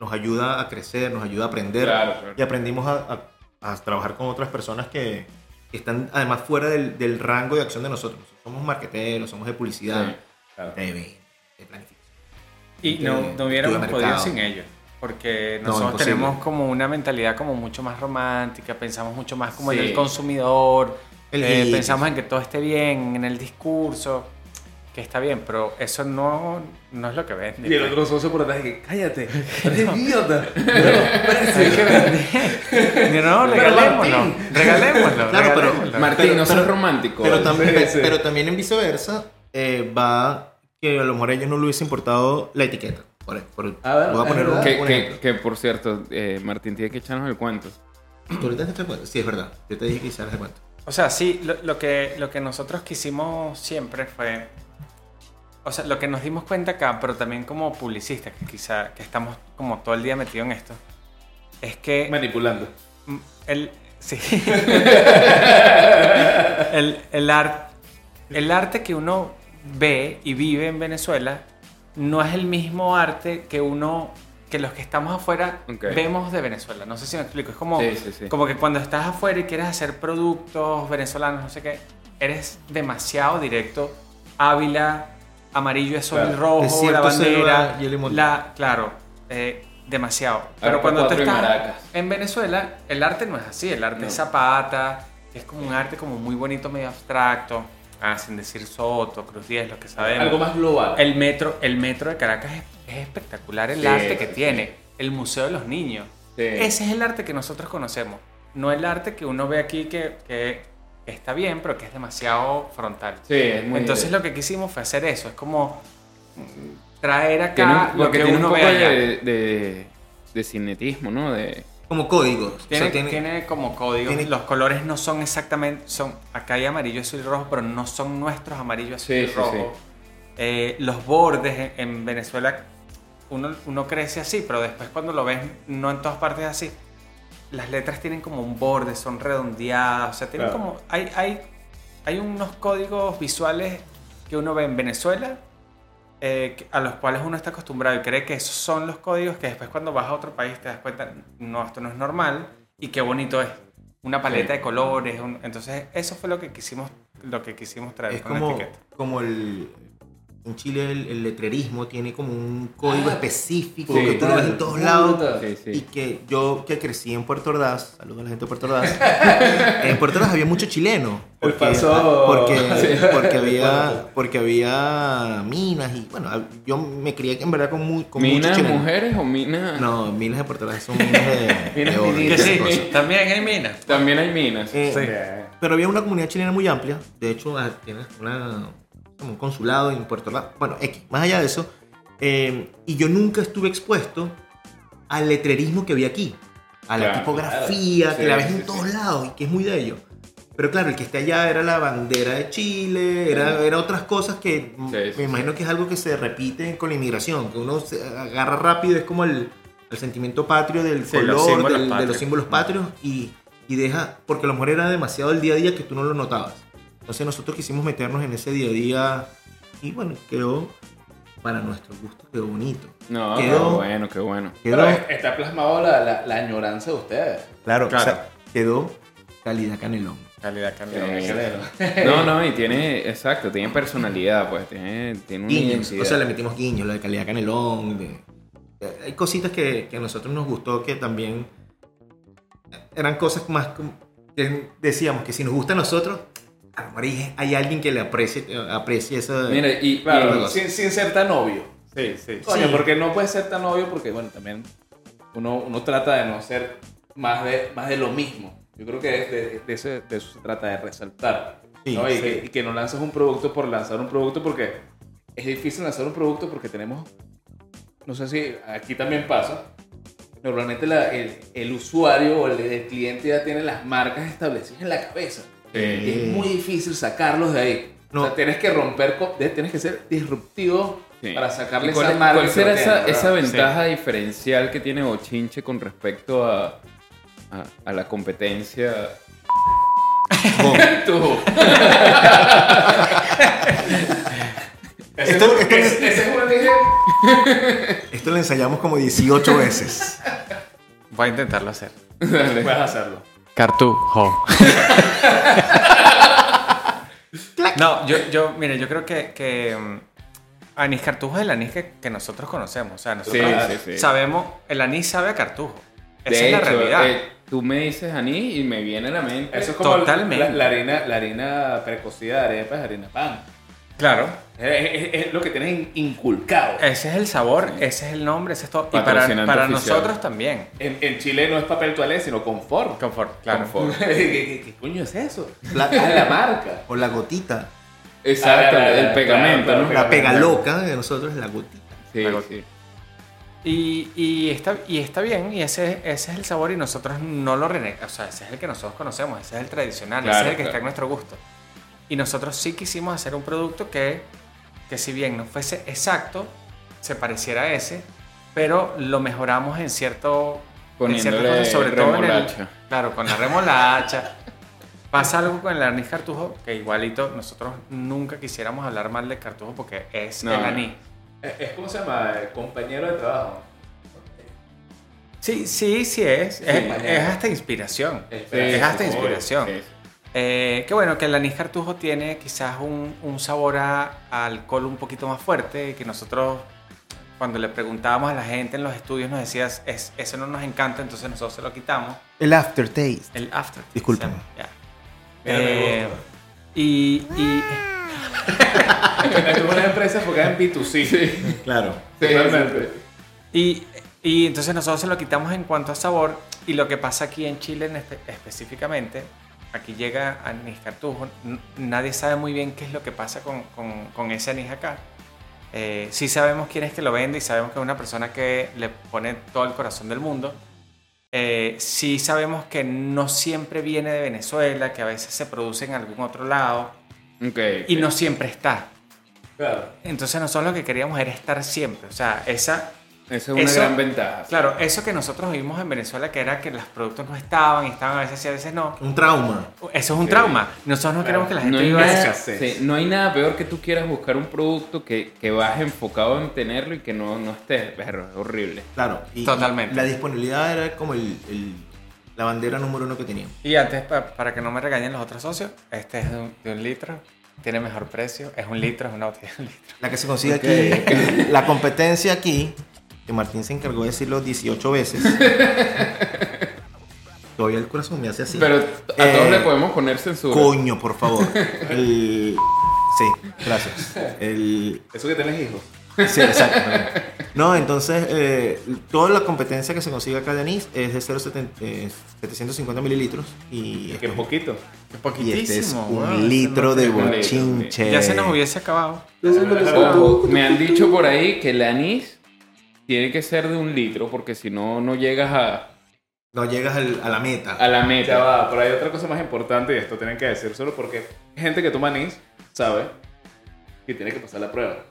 C: nos ayuda a crecer, nos ayuda a aprender
B: Claro, claro.
C: y aprendimos a, a- a trabajar con otras personas que, que están además fuera del, del rango de acción de nosotros. Somos marqueteros, somos de publicidad,
B: Sí,
A: claro.
C: de, de planificación.
D: Y no, no hubiéramos
C: Estudio de
D: podido
C: mercado.
D: sin ellos. Porque
C: No,
D: nosotros
C: imposible.
D: tenemos como una mentalidad como mucho más romántica, pensamos mucho más como en
B: Sí.
D: el consumidor,
C: El
D: eh,
C: hit.
D: pensamos en que todo esté bien, en el discurso, que está bien, pero eso no, no es lo que vende. pues.
A: Y el otro socio por atrás, que cállate,
B: (laughs)
A: eres idiota. (laughs)
D: Hay que vender. No,
A: Pero
D: regalémoslo,
A: Martín.
D: regalémoslo,
C: Claro, pero
D: regalémoslo.
B: Martín,
C: Pero-
B: no seas
C: pero-
B: romántico.
C: Pero
B: ¿vale?
C: también,
A: Sí, sí.
C: pero también en viceversa eh, va que a lo mejor a ellos no le hubiese importado la etiqueta. Por, por-
A: A ver,
C: voy a
A: es
C: poner un,
A: verdad.
C: un
B: que, que,
C: ejemplo.
B: que, por cierto, eh, Martín tiene que echarnos el cuento.
C: ¿Tú ahorita te das cuenta? Sí, es verdad. Yo te dije que hicieras el cuento.
D: O sea, sí, lo, lo que, lo que nosotros quisimos siempre fue. O sea, lo que nos dimos cuenta acá, pero también como publicistas, que quizá que estamos como todo el día metidos en esto, es que
A: Manipulando.
D: mm, el. Sí.
B: (laughs)
D: el, el, ar- el arte que uno ve y vive en Venezuela no es el mismo arte que uno. que los que estamos afuera
B: Ok.
D: vemos de Venezuela. No sé si me explico. Es como.
B: Sí, sí, sí.
D: Como que cuando estás afuera y quieres hacer productos venezolanos, no sé qué, eres demasiado directo. Ávila, amarillo es sol
A: Claro.
D: y rojo,
C: Es cierto,
D: la bandera,
C: selva y el limón.
D: la, claro, eh, demasiado. Pero
B: Arepa
D: cuando tú
B: cuatro y
D: estás
B: maracas.
D: en Venezuela, el arte no es así, el arte
B: No.
D: es zapata, es como un arte como muy bonito, medio abstracto, ah, sin decir Soto, Cruz 10, lo que sabemos.
A: Algo más global.
D: El metro, el metro de Caracas es, es espectacular el
B: Sí,
D: arte que
B: sí.
D: tiene. El Museo de los Niños.
B: Sí.
D: Ese es el arte que nosotros conocemos. No el arte que uno ve aquí que, que está bien, pero que es demasiado frontal.
B: Sí, es muy
D: Entonces lo que quisimos fue hacer eso. Es como mm, traer acá
B: Tiene un-
D: lo
B: porque
D: que
B: tiene un
D: uno
B: poco
D: ve allá.
B: de, de, de cinetismo, ¿no? De,
C: Como códigos. O sea,
D: Tiene,
C: tiene-
D: tiene como códigos.
C: tiene-
D: Los colores no son exactamente. son Acá hay amarillo, azul y rojo, pero no son nuestros amarillo, azul
B: Sí,
D: y
B: sí,
D: rojo.
B: sí.
D: Eh, los bordes en, en Venezuela, uno, uno crece así, pero después cuando lo ves, no en todas partes es así. Las letras tienen como un borde, son redondeadas, o sea, tienen
A: Claro.
D: como. Hay, hay, hay unos códigos visuales que uno ve en Venezuela eh, que- a los cuales uno está acostumbrado y cree que esos son los códigos que después cuando vas a otro país te das cuenta, no, esto no es normal y qué bonito es. Una paleta de colores, un- entonces eso fue lo que quisimos, lo que quisimos traer
C: es
D: con la
C: como,
D: etiqueta.
C: como el en Chile el, el letrerismo tiene como un código
A: Ah,
C: específico
B: sí.
C: que tú lo ves en todos lados.
A: Puta.
B: Sí, sí.
C: Y que yo que crecí en Puerto Ordaz, saludos a la gente de Puerto Ordaz, (laughs) en Puerto Ordaz había mucho chileno.
A: El paso.
C: Porque,
A: Sí.
C: porque, había, porque había minas y bueno, yo me crié en verdad con, muy, con muchos
B: ¿Minas
C: chilenos.
B: mujeres o minas?
C: No, minas de Puerto Ordaz son minas de,
B: Minas
C: de oro y
D: Que
B: minitas.
C: esas
D: sí,
C: cosas.
D: también hay minas.
B: También hay minas.
C: Eh,
D: Sí.
A: Bien.
C: Pero había una comunidad chilena muy amplia. De hecho, ah, tiene una, como un consulado en Puerto Ordaz. Bueno, X, más allá de eso. eh, y yo nunca estuve expuesto al letrerismo que había aquí. A la
B: Claro,
C: tipografía,
B: claro.
C: que
B: Sí,
C: la ves
B: sí,
C: en
B: sí.
C: todos lados y que es muy de ellos. Pero claro, el que está allá era la bandera de Chile, era, era otras cosas que mm,
B: Sí, sí, sí.
C: me imagino que es algo que se repite con la inmigración, que uno se agarra rápido, es como el, el sentimiento patrio del
D: Sí, los
C: color,
D: símbolos
C: del- de los
D: patrios.
C: símbolos patrios y, y deja, porque a lo mejor era demasiado el día a día que tú no lo notabas. Entonces nosotros quisimos meternos en ese día a día y bueno, quedó, para nuestro gusto, quedó bonito.
B: No, qué
C: Quedó-
B: bueno, qué bueno.
A: Pero
C: Quedó,
A: está plasmado la, la, la añoranza de ustedes.
C: claro, o sea,
D: Claro.
C: quedó calidad canelón.
D: Calidad, calidad.
B: Sí.
A: Excelente. Eh.
B: No, no, y tiene, exacto, tiene personalidad, pues, tiene, tiene una
C: Guiños,
B: identidad.
C: o sea, le metimos guiños, lo de calidad canelón, de- de- hay cositas que, que a nosotros nos gustó que también eran cosas más como- que decíamos que si nos gusta a nosotros, a lo mejor hay, hay alguien que le aprecie, aprecie esa...
B: Mira, y,
A: Claro,
B: y-
A: sin, sin ser tan obvio.
D: Sí, sí.
A: Coño,
C: Sí.
A: porque no puede ser tan obvio porque, bueno, también uno, uno trata de no ser más de, más de lo mismo. Yo creo que es de, de ese- de eso se trata, de resaltar.
C: Sí,
A: ¿no? Y,
C: sí.
A: Que, y que no lanzas un producto por lanzar un producto porque es difícil lanzar un producto porque tenemos, no sé si aquí también pasa, normalmente la- el, el usuario o el, el cliente ya tiene las marcas establecidas en la cabeza. Y
B: sí.
A: es muy difícil sacarlos de ahí.
C: No.
A: O sea, tienes que romper, co- de- tienes que ser disruptivo
B: Sí.
A: para sacarle
B: ¿Y cuál,
A: esa
B: es-
A: marca.
B: cuál
A: que
B: será
A: no tiene,
B: esa,
A: ¿verdad?
B: esa ventaja diferencial que tiene Bochinche con respecto a, a, a la competencia? (laughs) Tú.
A: Ese,
C: Esto-
A: es-
C: esto-
A: ese- ese es un dije,
C: Esto lo ensayamos como 18 veces.
D: Voy a intentarlo hacer.
B: Dale.
A: puedes hacerlo.
D: Cartujo. (laughs) no, yo, yo, mire, yo creo que, que mm, anís cartujo es el anís que, que nosotros conocemos. O sea, nosotros
B: Sí, sí, sí.
D: sabemos, el anís sabe a cartujo. Esa
B: De
D: es la
B: hecho,
D: realidad.
B: eh, tú me dices Aní y me viene a la mente.
A: Eso es como la-
D: Totalmente.
A: La, la harina, la harina precocida de arepa es harina pan.
D: Claro,
A: Es, es- es lo que tienes in- inculcado.
D: ese es el sabor, ese es el nombre, ese es todo. Y para,
B: Patrocinante
D: para
B: oficial.
D: nosotros también.
A: En, en Chile no es papel toalé, sino confort.
D: Confort, claro.
A: (laughs)
B: Confort.
A: ¿Qué, qué, qué coño es eso?
C: La-
A: Es la marca.
C: o la gotita.
B: Exacto,
A: Ah, la- la-
B: el
A: la-
B: pegamento,
A: claro,
B: ¿no?
A: claro,
C: La pega loca de nosotros es la gotita.
B: Sí,
D: Algo-
B: sí.
D: Y, y, está, y está bien, y ese, ese es el sabor y nosotros no lo renegamos. O sea, ese es el que nosotros conocemos, ese es el tradicional, ese es
B: Claro,
D: el que
B: claro.
D: está a nuestro gusto. Y nosotros sí quisimos hacer un producto que, que si bien no fuese exacto, se pareciera a ese, pero lo mejoramos en cierto... en ciertas
B: Poniéndole
D: en el,
B: remolacha.
D: Claro, con la remolacha. Pasa algo con el anís cartujo, que igualito nosotros nunca quisiéramos hablar mal del cartujo porque es
B: No.
D: el anís.
A: Es, es como se llama, El compañero de trabajo.
D: Sí, sí, sí es. es,
A: mañana.
D: es hasta inspiración.
A: Es-
B: Sí,
D: es hasta
B: sí,
D: inspiración.
B: sí, sí.
D: Eh, que bueno, que el anís cartujo tiene quizás un, un sabor a, a alcohol un poquito más fuerte, que nosotros cuando le preguntábamos a la gente en los estudios nos decías, es, eso no nos encanta, entonces nosotros se lo quitamos.
C: El aftertaste.
D: El after. Eh,
C: Discúlpame.
A: Mira, me gusta.
D: y, y
A: Es una empresa enfocada en B2C.
C: Claro.
A: Totalmente.
D: Y, y entonces nosotros se lo quitamos en cuanto a sabor. Y lo que pasa aquí en Chile en espe- específicamente, aquí llega anís cartujo. n- Nadie sabe muy bien qué es lo que pasa con, con- con ese anís acá. Eh, sí sabemos quién es que lo vende y sabemos que es una persona que le pone todo el corazón del mundo. Eh, sí sabemos que no siempre viene de Venezuela, que a veces se produce en algún otro lado
B: Ok,
D: y
B: ok.
D: no siempre está.
A: Claro.
D: Entonces nosotros lo que queríamos era estar siempre. O sea, esa
B: Esa es una
D: Eso-
B: gran ventaja.
D: Claro, eso que nosotros vimos en Venezuela, que era que los productos no estaban, y estaban a veces sí, a veces no.
C: Un trauma.
D: Eso es un
B: Sí.
D: trauma. Nosotros no queremos que la gente
B: No hay,
D: viva
B: nada,
D: eso.
A: escasez.
B: sí, no hay nada peor que tú quieras buscar un producto que, que vas enfocado en tenerlo y que no, no estés. Perro, es horrible.
C: Claro. y-
D: Totalmente.
C: La disponibilidad era como el, el- la bandera número uno que teníamos.
D: Y antes, pa- para que no me regañen los otros socios, este es de un, de un litro. tiene mejor precio, es un litro, es una botella de un litro.
C: La que se consigue aquí, la competencia aquí, que Martín se encargó de decirlo 18 veces. Todavía el corazón me hace así.
B: Pero a
C: Eh,
B: todos le podemos poner censura.
C: Coño, por favor. El- Sí, gracias. El...
A: Eso que tenés hijos.
C: Sí, exacto. No, entonces, eh, toda la competencia que se consigue acá de anís es de 0,70, eh, 750 mililitros. Y,
A: Que
C: este-
A: es poquito.
C: y este es
D: Poquitísimo,
C: un
D: weón,
C: litro de
B: litro,
C: bochinche.
D: Ya se nos hubiese acabado.
B: Ojo, me han dicho por ahí que el anís tiene que ser de un litro porque si no, no llegas a,
C: No llegas al- a la meta.
B: a la
A: Ya
B: meta.
A: va, pero hay otra cosa más importante y esto tienen que decir solo porque gente que toma anís sabe que tiene que pasar la prueba.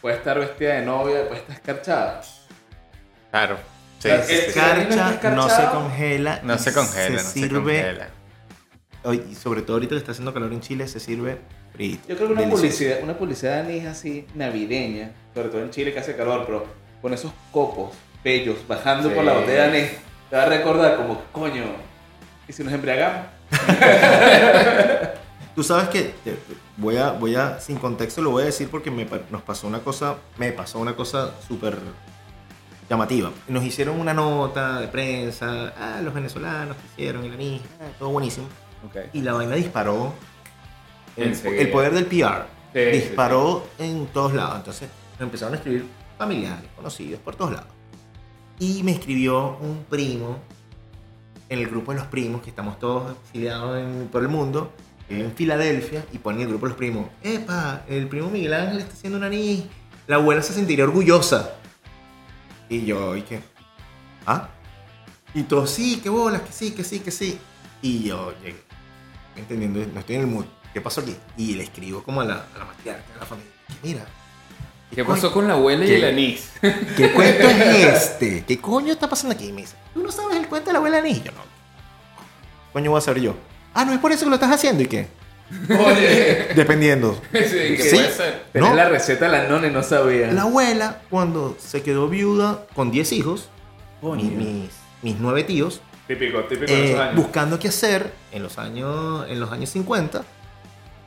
A: Puede estar vestida de novia, puede estar escarchada.
D: Claro. Sí,
A: Claro,
D: sí,
C: eh,
A: es-
D: sí, sí.
C: Escarcha, no se
A: Escarchado.
C: congela.
D: No
C: y
D: se congela, no se
C: sirve,
D: congela.
C: hoy- y sobre todo ahorita que está haciendo calor en Chile, se sirve frito.
A: Yo creo que una
C: Delicioso.
A: publicidad, una publicidad de anís así navideña, sobre todo en Chile que hace calor, pero con esos copos bellos bajando por la
B: Sí.
A: botella de anís, te va a recordar como, coño, ¿y si nos embriagamos?
C: Tú sabes que te- te- voy a, voy a, sin contexto lo voy a decir porque me, pa- nos pasó una cosa, me pasó una cosa súper llamativa. Nos hicieron una nota de prensa, ah, los venezolanos que hicieron el anís, ah, todo buenísimo. Y la vaina disparó. El,
B: Enseguida.
C: el poder del PR
B: Sí, sí,
C: disparó en todos lados. Entonces me empezaron a escribir familiares, conocidos, por todos lados. Y me escribió un primo en el grupo de los primos, que estamos todos exiliados en- por el mundo, que vive en Filadelfia, y ponen el grupo de los primos. ¡Epa! El primo Miguel Ángel está haciendo un anís. La abuela se sentiría orgullosa. Y yo, ¿y qué? ¿Ah? Y todos, sí, que bolas, que sí, que sí, que sí. Y yo llegué, entendiendo, no estoy en el mood. ¿Qué pasó aquí? Y le escribo como a la, a la matriarca, a la familia. Mira,
B: ¿Qué pasó con la abuela y
C: ¿Qué?
B: el anís?
C: (laughs) ¿Qué cuento es este? ¿Qué coño está pasando aquí? Y me dice, ¿tú no sabes el cuento de la abuela Anís? Yo no. Coño, voy a saber yo. Ah, no es por eso que lo estás haciendo y qué.
B: Oye,
C: Dependiendo.
B: sí, ¿qué
C: Sí.
B: puede ser?
A: Tenés
C: No.
A: la receta de la nona y no sabía.
C: La abuela, cuando se quedó viuda con 10 hijos, mi- mis, mis nueve tíos,
A: Típico, típico de
C: eh,
A: esos años.
C: buscando qué hacer en los años, en los años 50,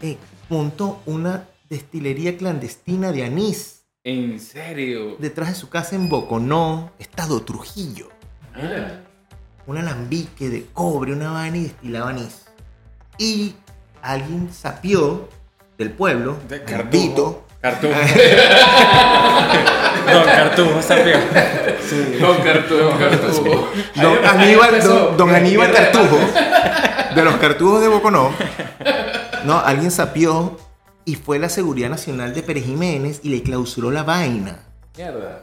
C: eh, montó una destilería clandestina de anís
B: En serio.
C: detrás de su casa en Boconó, estado Trujillo.
B: Ah,
C: un alambique de cobre, una vaina y destilaba anís. Y alguien sapió del pueblo,
D: De
C: maldito,
D: (laughs) Cartujo. Don Cartujo, sabio.
B: Don Cartujo, Don Cartujo.
C: don Aníbal, don, don Aníbal Cartujo, de los cartujos de Boconó,
D: (laughs)
C: no, alguien sapió y fue la Seguridad Nacional de Pérez Jiménez y le clausuró la vaina.
A: Mierda.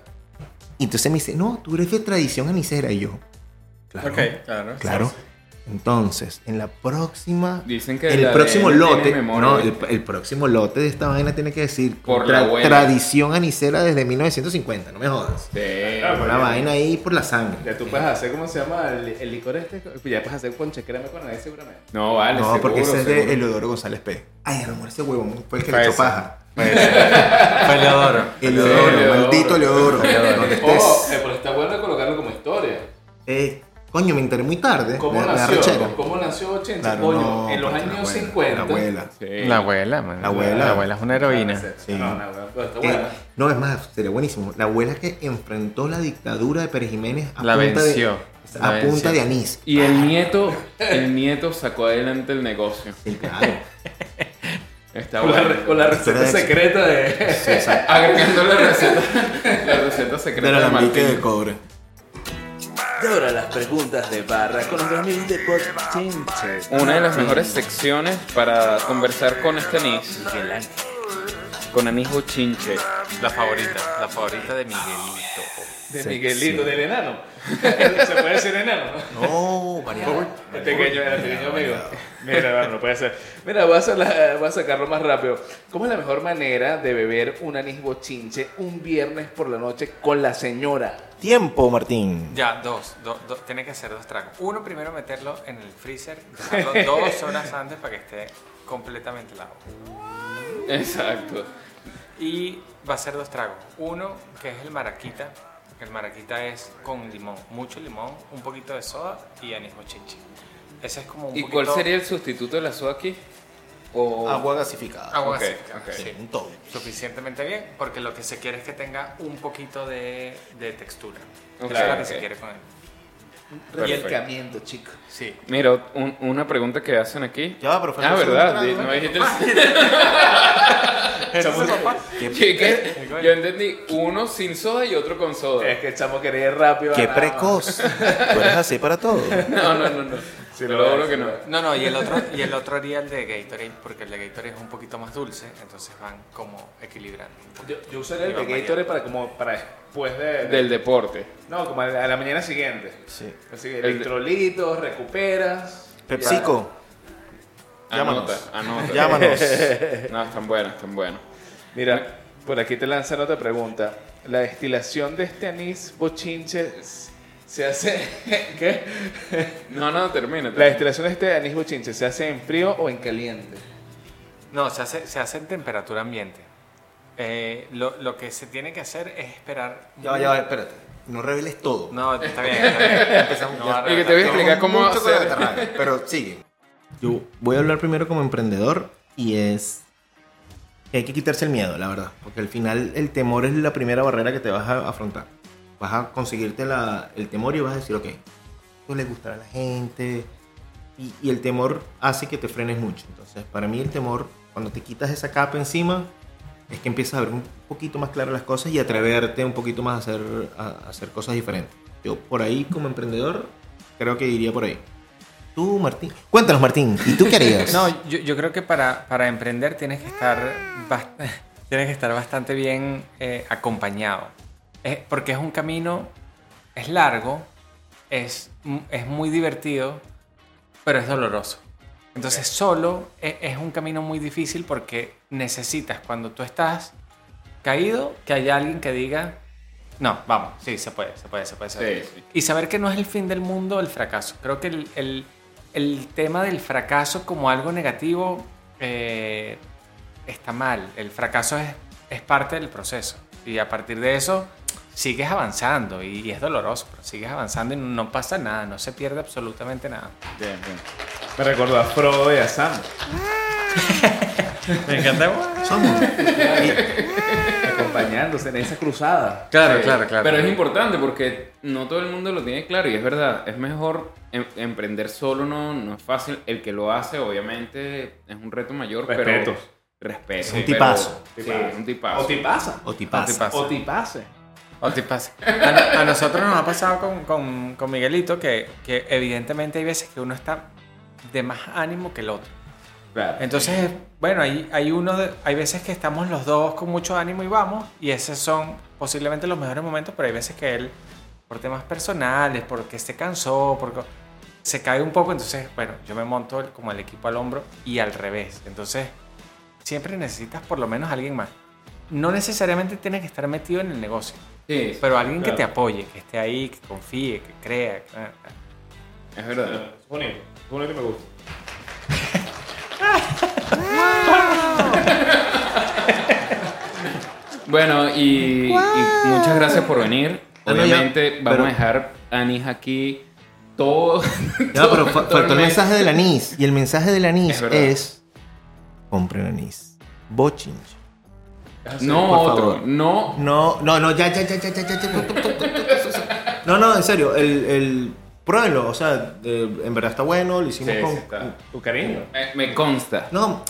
C: Y entonces me dice, no, tú eres de tradición anicera. Y yo, claro,
D: Ok, claro.
C: claro. Entonces, en la próxima
B: Dicen que
C: el
B: la
C: próximo
B: ADN tiene
C: lote,
B: memoria.
C: no, el, el próximo lote de esta vaina tiene que decir
B: Por la abuela.
C: tradición anicera desde 1950, no me jodas.
B: Sí.
C: Una vaina ahí por la sangre.
A: Ya tú puedes hacer, ¿cómo se llama? El, el licor este. Ya puedes hacer ponche crema con anís seguramente.
B: No, vale,
C: no,
B: seguro,
C: porque ese es
B: seguro.
C: de Eleodoro González P. Ay, a lo mejor ese huevón fue el que le
D: Fue
C: echó
D: ese.
C: paja.
D: Fue Leodoro.
C: Eleodoro,
B: Eleodoro.
C: maldito Eleodoro. Donde estés.
A: Oh, eh, pero está bueno colocarlo como historia.
C: Eh, coño, me enteré muy tarde.
A: ¿Cómo
C: me, me da
A: nació?
C: Eh, rechera.
A: ¿Cómo nació 80?
C: Claro,
A: Coño,
C: no,
A: en los
C: porque la
A: años
C: abuela,
A: 50.
C: La abuela.
B: Sí.
D: La abuela, man.
C: La abuela.
D: La abuela es una heroína.
A: Sí. No, no, no, pero está bueno.
C: Eh, no, es más, sería buenísimo. La abuela que enfrentó la dictadura de Pérez Jiménez a
D: La
C: punta
D: venció.
C: de,
D: La
C: a
D: venció.
C: punta de anís.
B: Y el nieto,
C: (laughs)
B: el nieto sacó adelante el negocio.
C: Sí, claro.
B: Está
A: Con
B: bueno.
A: la, con la receta
C: Espera,
A: secreta de.
C: Sí, exacto.
B: Agregando la receta, la receta secreta de Martín.
C: cobre.
A: Y ahora las preguntas de barra con los amigos de Bochinche.
B: Una de las mejores secciones para conversar con este anís. Con anís bochinche.
D: La favorita, la favorita de Miguelito.
A: De Miguelito, del enano. (laughs) ¿Se puede decir enano?
C: No, variado.
A: El pequeño, el pequeño amigo. Mira, bueno, no puede ser. Mira, voy a, hacer la- voy a sacarlo más rápido. ¿Cómo es la mejor manera de beber un anís bochinche un viernes por la noche con la señora?
C: Tiempo, Martín.
D: Ya, dos, dos, dos. Tiene que ser dos tragos. Uno primero meterlo en el freezer,
B: (laughs)
D: dejarlo dos horas antes para que esté completamente helado.
B: Exacto.
D: Y va a ser dos tragos. Uno que es el maraquita. El maraquita es con limón, mucho limón, un poquito de soda y anís bochinche. Ese es como un
B: ¿Y
D: poquito... Ah,
B: cuál sería el sustituto de la soda aquí? O...
C: Agua gasificada.
D: Agua
B: Ok,
D: gasificada,
B: ok.
D: sí.
C: Un todo.
D: Suficientemente bien, porque lo que se quiere es que tenga un poquito de, de textura.
B: Ok,
D: Eso es lo que
B: ok.
D: se quiere con él.
B: Perfecto.
A: Revolcamiento, chico.
D: Sí.
B: Mira, un- una pregunta que hacen aquí.
C: Ya va, pero falta
B: Ah,
C: hacer un
B: verdad.
C: trago,
B: di-
C: ¿no? Ah,
B: No dijiste (laughs)
D: Eso es papá.
C: (laughs)
B: Chiques, Yo entendí uno sin soda y otro con soda.
C: Eh,
A: Es que el chamo quería ir rápido.
C: Qué
A: nada más.
C: precoz. Tú eres así para (laughs) todo.
B: No, no, no, no.
A: (laughs) Sí,
B: Te
A: lo
B: lo
A: es,
B: juro
A: sí,
B: que no.
D: No, no, y el otro, y el otro haría el de Gatorade, porque el de Gatorade es un poquito más dulce, entonces van como equilibrando. un poco.
A: Yo, yo usaré el
D: Iba
A: de
D: mañana.
A: Gatorade para, como, para después de,
B: Del deporte.
A: No, como a la, a la mañana siguiente.
C: Sí.
A: Así que
B: El de-
A: electrolitos, recuperas.
C: PepsiCo, Llámanos.
B: Anota, anota. (laughs)
C: llámanos.
B: No, están buenos, están buenos.
A: Mira, por aquí te lanzan otra pregunta. ¿La destilación de este anís bochinche s- se hace... (laughs) ¿Qué?
B: No, no, termina.
A: ¿La
B: termina.
A: destilación de este anís bochinche se hace en frío o en caliente?
D: No, se hace, se hace en temperatura ambiente. Eh, lo, lo que se tiene que hacer es esperar.
C: Ya va, ya va, espérate. No reveles todo.
D: No, está bien. está bien.
C: Empezamos
D: No
C: ya.
D: va a
B: Y que te voy a
D: arrebatar.
B: explicar cómo
C: Mucho con la
B: hacer.
C: betarraga, pero sigue. Yo voy a hablar primero como emprendedor y es que hay que quitarse el miedo, la verdad. Porque al final el temor es la primera barrera que te vas a afrontar. Vas a conseguirte la- el temor y vas a decir, ok, esto le gustará a la gente. Y, y el temor hace que te frenes mucho. Entonces, para mí el temor, cuando te quitas esa capa encima, es que empiezas a ver un poquito más claras las cosas y atreverte un poquito más a hacer, a- a hacer cosas diferentes. Yo por ahí como emprendedor creo que iría por ahí. Tú, Martín. Cuéntanos, Martín. ¿Y tú
B: (laughs)
C: qué harías?
D: No, yo, yo creo que para, para emprender tienes que estar, bast- (laughs) tienes que estar bastante bien eh, acompañado. Es- porque es un camino, es largo, es, m- es muy divertido, pero es doloroso. Entonces solo e- es, un camino muy difícil porque necesitas cuando tú estás caído que haya alguien que diga, no, vamos, sí, se puede, se puede, se puede. se puede".
B: Sí, sí.
D: Y saber que no es el fin del mundo el fracaso. Creo que el, el- el tema del fracaso como algo negativo eh, está mal. El fracaso es, es parte del proceso. Y a partir de eso sigues avanzando y, y es doloroso, pero sigues avanzando y no pasa nada, no se pierde absolutamente nada.
B: Bien, bien.
A: Me recordó a Frodo y a Sam.
D: Me encanta.
C: Somos.
A: acompañándose en esa cruzada.
D: Claro,
B: Sí,
D: claro, claro.
B: Pero es importante porque no todo el mundo lo tiene claro y es verdad, es mejor em- emprender solo, no, no es fácil. El que lo hace, obviamente, es un reto mayor,
A: Respeto.
B: pero... Respeto.
C: Es un
B: pero-
C: tipazo.
B: sí, es un tipazo.
A: O te pasa.
C: O tipas.
D: pasa.
A: O te pasa.
D: O te pasa. A, no- a nosotros nos ha pasado con, con- con Miguelito que, que evidentemente hay veces que uno está de más ánimo que el otro.
A: Claro.
D: Entonces, bueno, hay, hay, uno de- hay veces que estamos los dos con mucho ánimo y vamos, y esos son posiblemente los mejores momentos, pero hay veces que él, por temas personales, porque se cansó, porque se cae un poco, entonces, bueno, yo me monto el- como el equipo al hombro y al revés. Entonces, siempre necesitas por lo menos a alguien más. No necesariamente tienes que estar metido en el negocio,
B: Sí,
D: pero alguien
A: Claro.
D: que te apoye, que esté ahí, que confíe, que crea. que-
B: es verdad.
A: Es bonito. Es bonito y me
C: (laughs)
A: gusta.
B: Bueno, y, y muchas gracias por venir.
C: Ah, no, ya,
B: Obviamente vamos
C: pero-
B: a dejar a Anis aquí todo.
C: Ya, pero
B: todo-
C: fa-
B: todo
C: faltó el
B: mes.
C: mensaje del anís. Y el mensaje del
B: Es
C: anís
B: verdad.
C: es: compren anís. Bochinche.
A: Ah,
B: (laughs) No
C: Por
B: otro,
C: favor.
B: no.
C: No, no, no, ya, ya, ya, ya, ya, ya, ya, tu, tu, tu, tu, tu, tu. No, no, en serio, el, el pruébenlo, o sea, eh, en verdad está bueno, lo hicimos
B: Sí,
C: con...
B: sí, está.
A: Tu cariño.
B: Me, me consta.
C: No,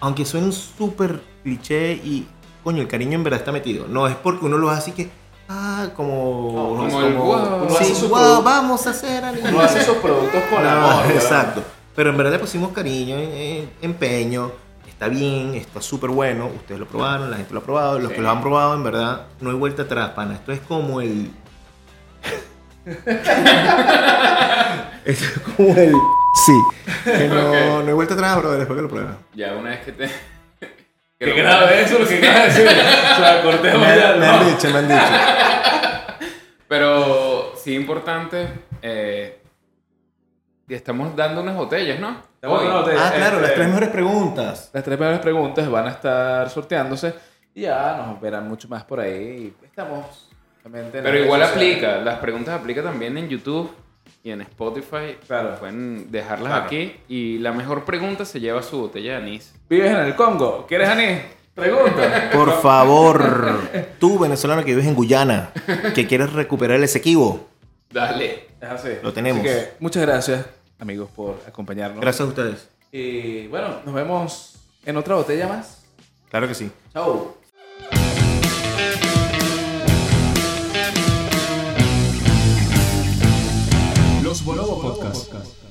C: aunque suene un súper cliché y, coño, el cariño en verdad está metido. No es porque uno lo hace así que, ah, como...
B: No, como el guau.
A: Uno hace
C: Sí,
A: su
C: guau,
A: producto.
C: vamos a hacer anís.
A: Uno hace sus productos con
C: No,
A: amor. ¿verdad?
C: exacto. Pero en verdad le pusimos cariño, eh, empeño. Está bien, está súper bueno. Ustedes lo probaron, la gente lo ha probado. Los
B: Sí.
C: que lo han probado, en verdad, no hay vuelta atrás, pana. Esto es como el. Esto es como el. Sí. Que no, no hay vuelta atrás, brother, después que lo pruebas.
B: Ya una vez que te. (laughs)
A: Qué grave eso lo que acabas de (laughs) decir. O sea,
C: Me,
A: cortemos ya.
C: me han
A: ¿no?
C: dicho, me han dicho.
B: Pero sí importante. eh, y estamos dando unas botellas, ¿no?
A: Estamos
B: Hoy.
A: dando unas botellas.
C: Ah,
A: Este-
C: claro, las tres mejores preguntas.
A: Las tres primeras preguntas van a estar sorteándose y ya nos verán mucho más por ahí. Estamos.
B: Pero igual aplica. Las preguntas aplica también en YouTube. y en Spotify.
A: Claro.
B: Pueden dejarlas
C: Claro.
B: aquí. Y la mejor pregunta se lleva su botella de anís.
A: ¿Vives en el Congo? ¿Quieres anís? Pregunta.
C: (laughs) Por favor, tú venezolano que vives en Guyana, que quieres recuperar el Esequibo,
B: Dale.
A: Es así.
C: Lo tenemos.
A: Así que muchas gracias, amigos, por acompañarnos.
C: gracias a ustedes.
A: Y bueno, nos vemos en otra botella más.
C: Claro que sí.
A: Chao.
E: Los Bonobo Podcast.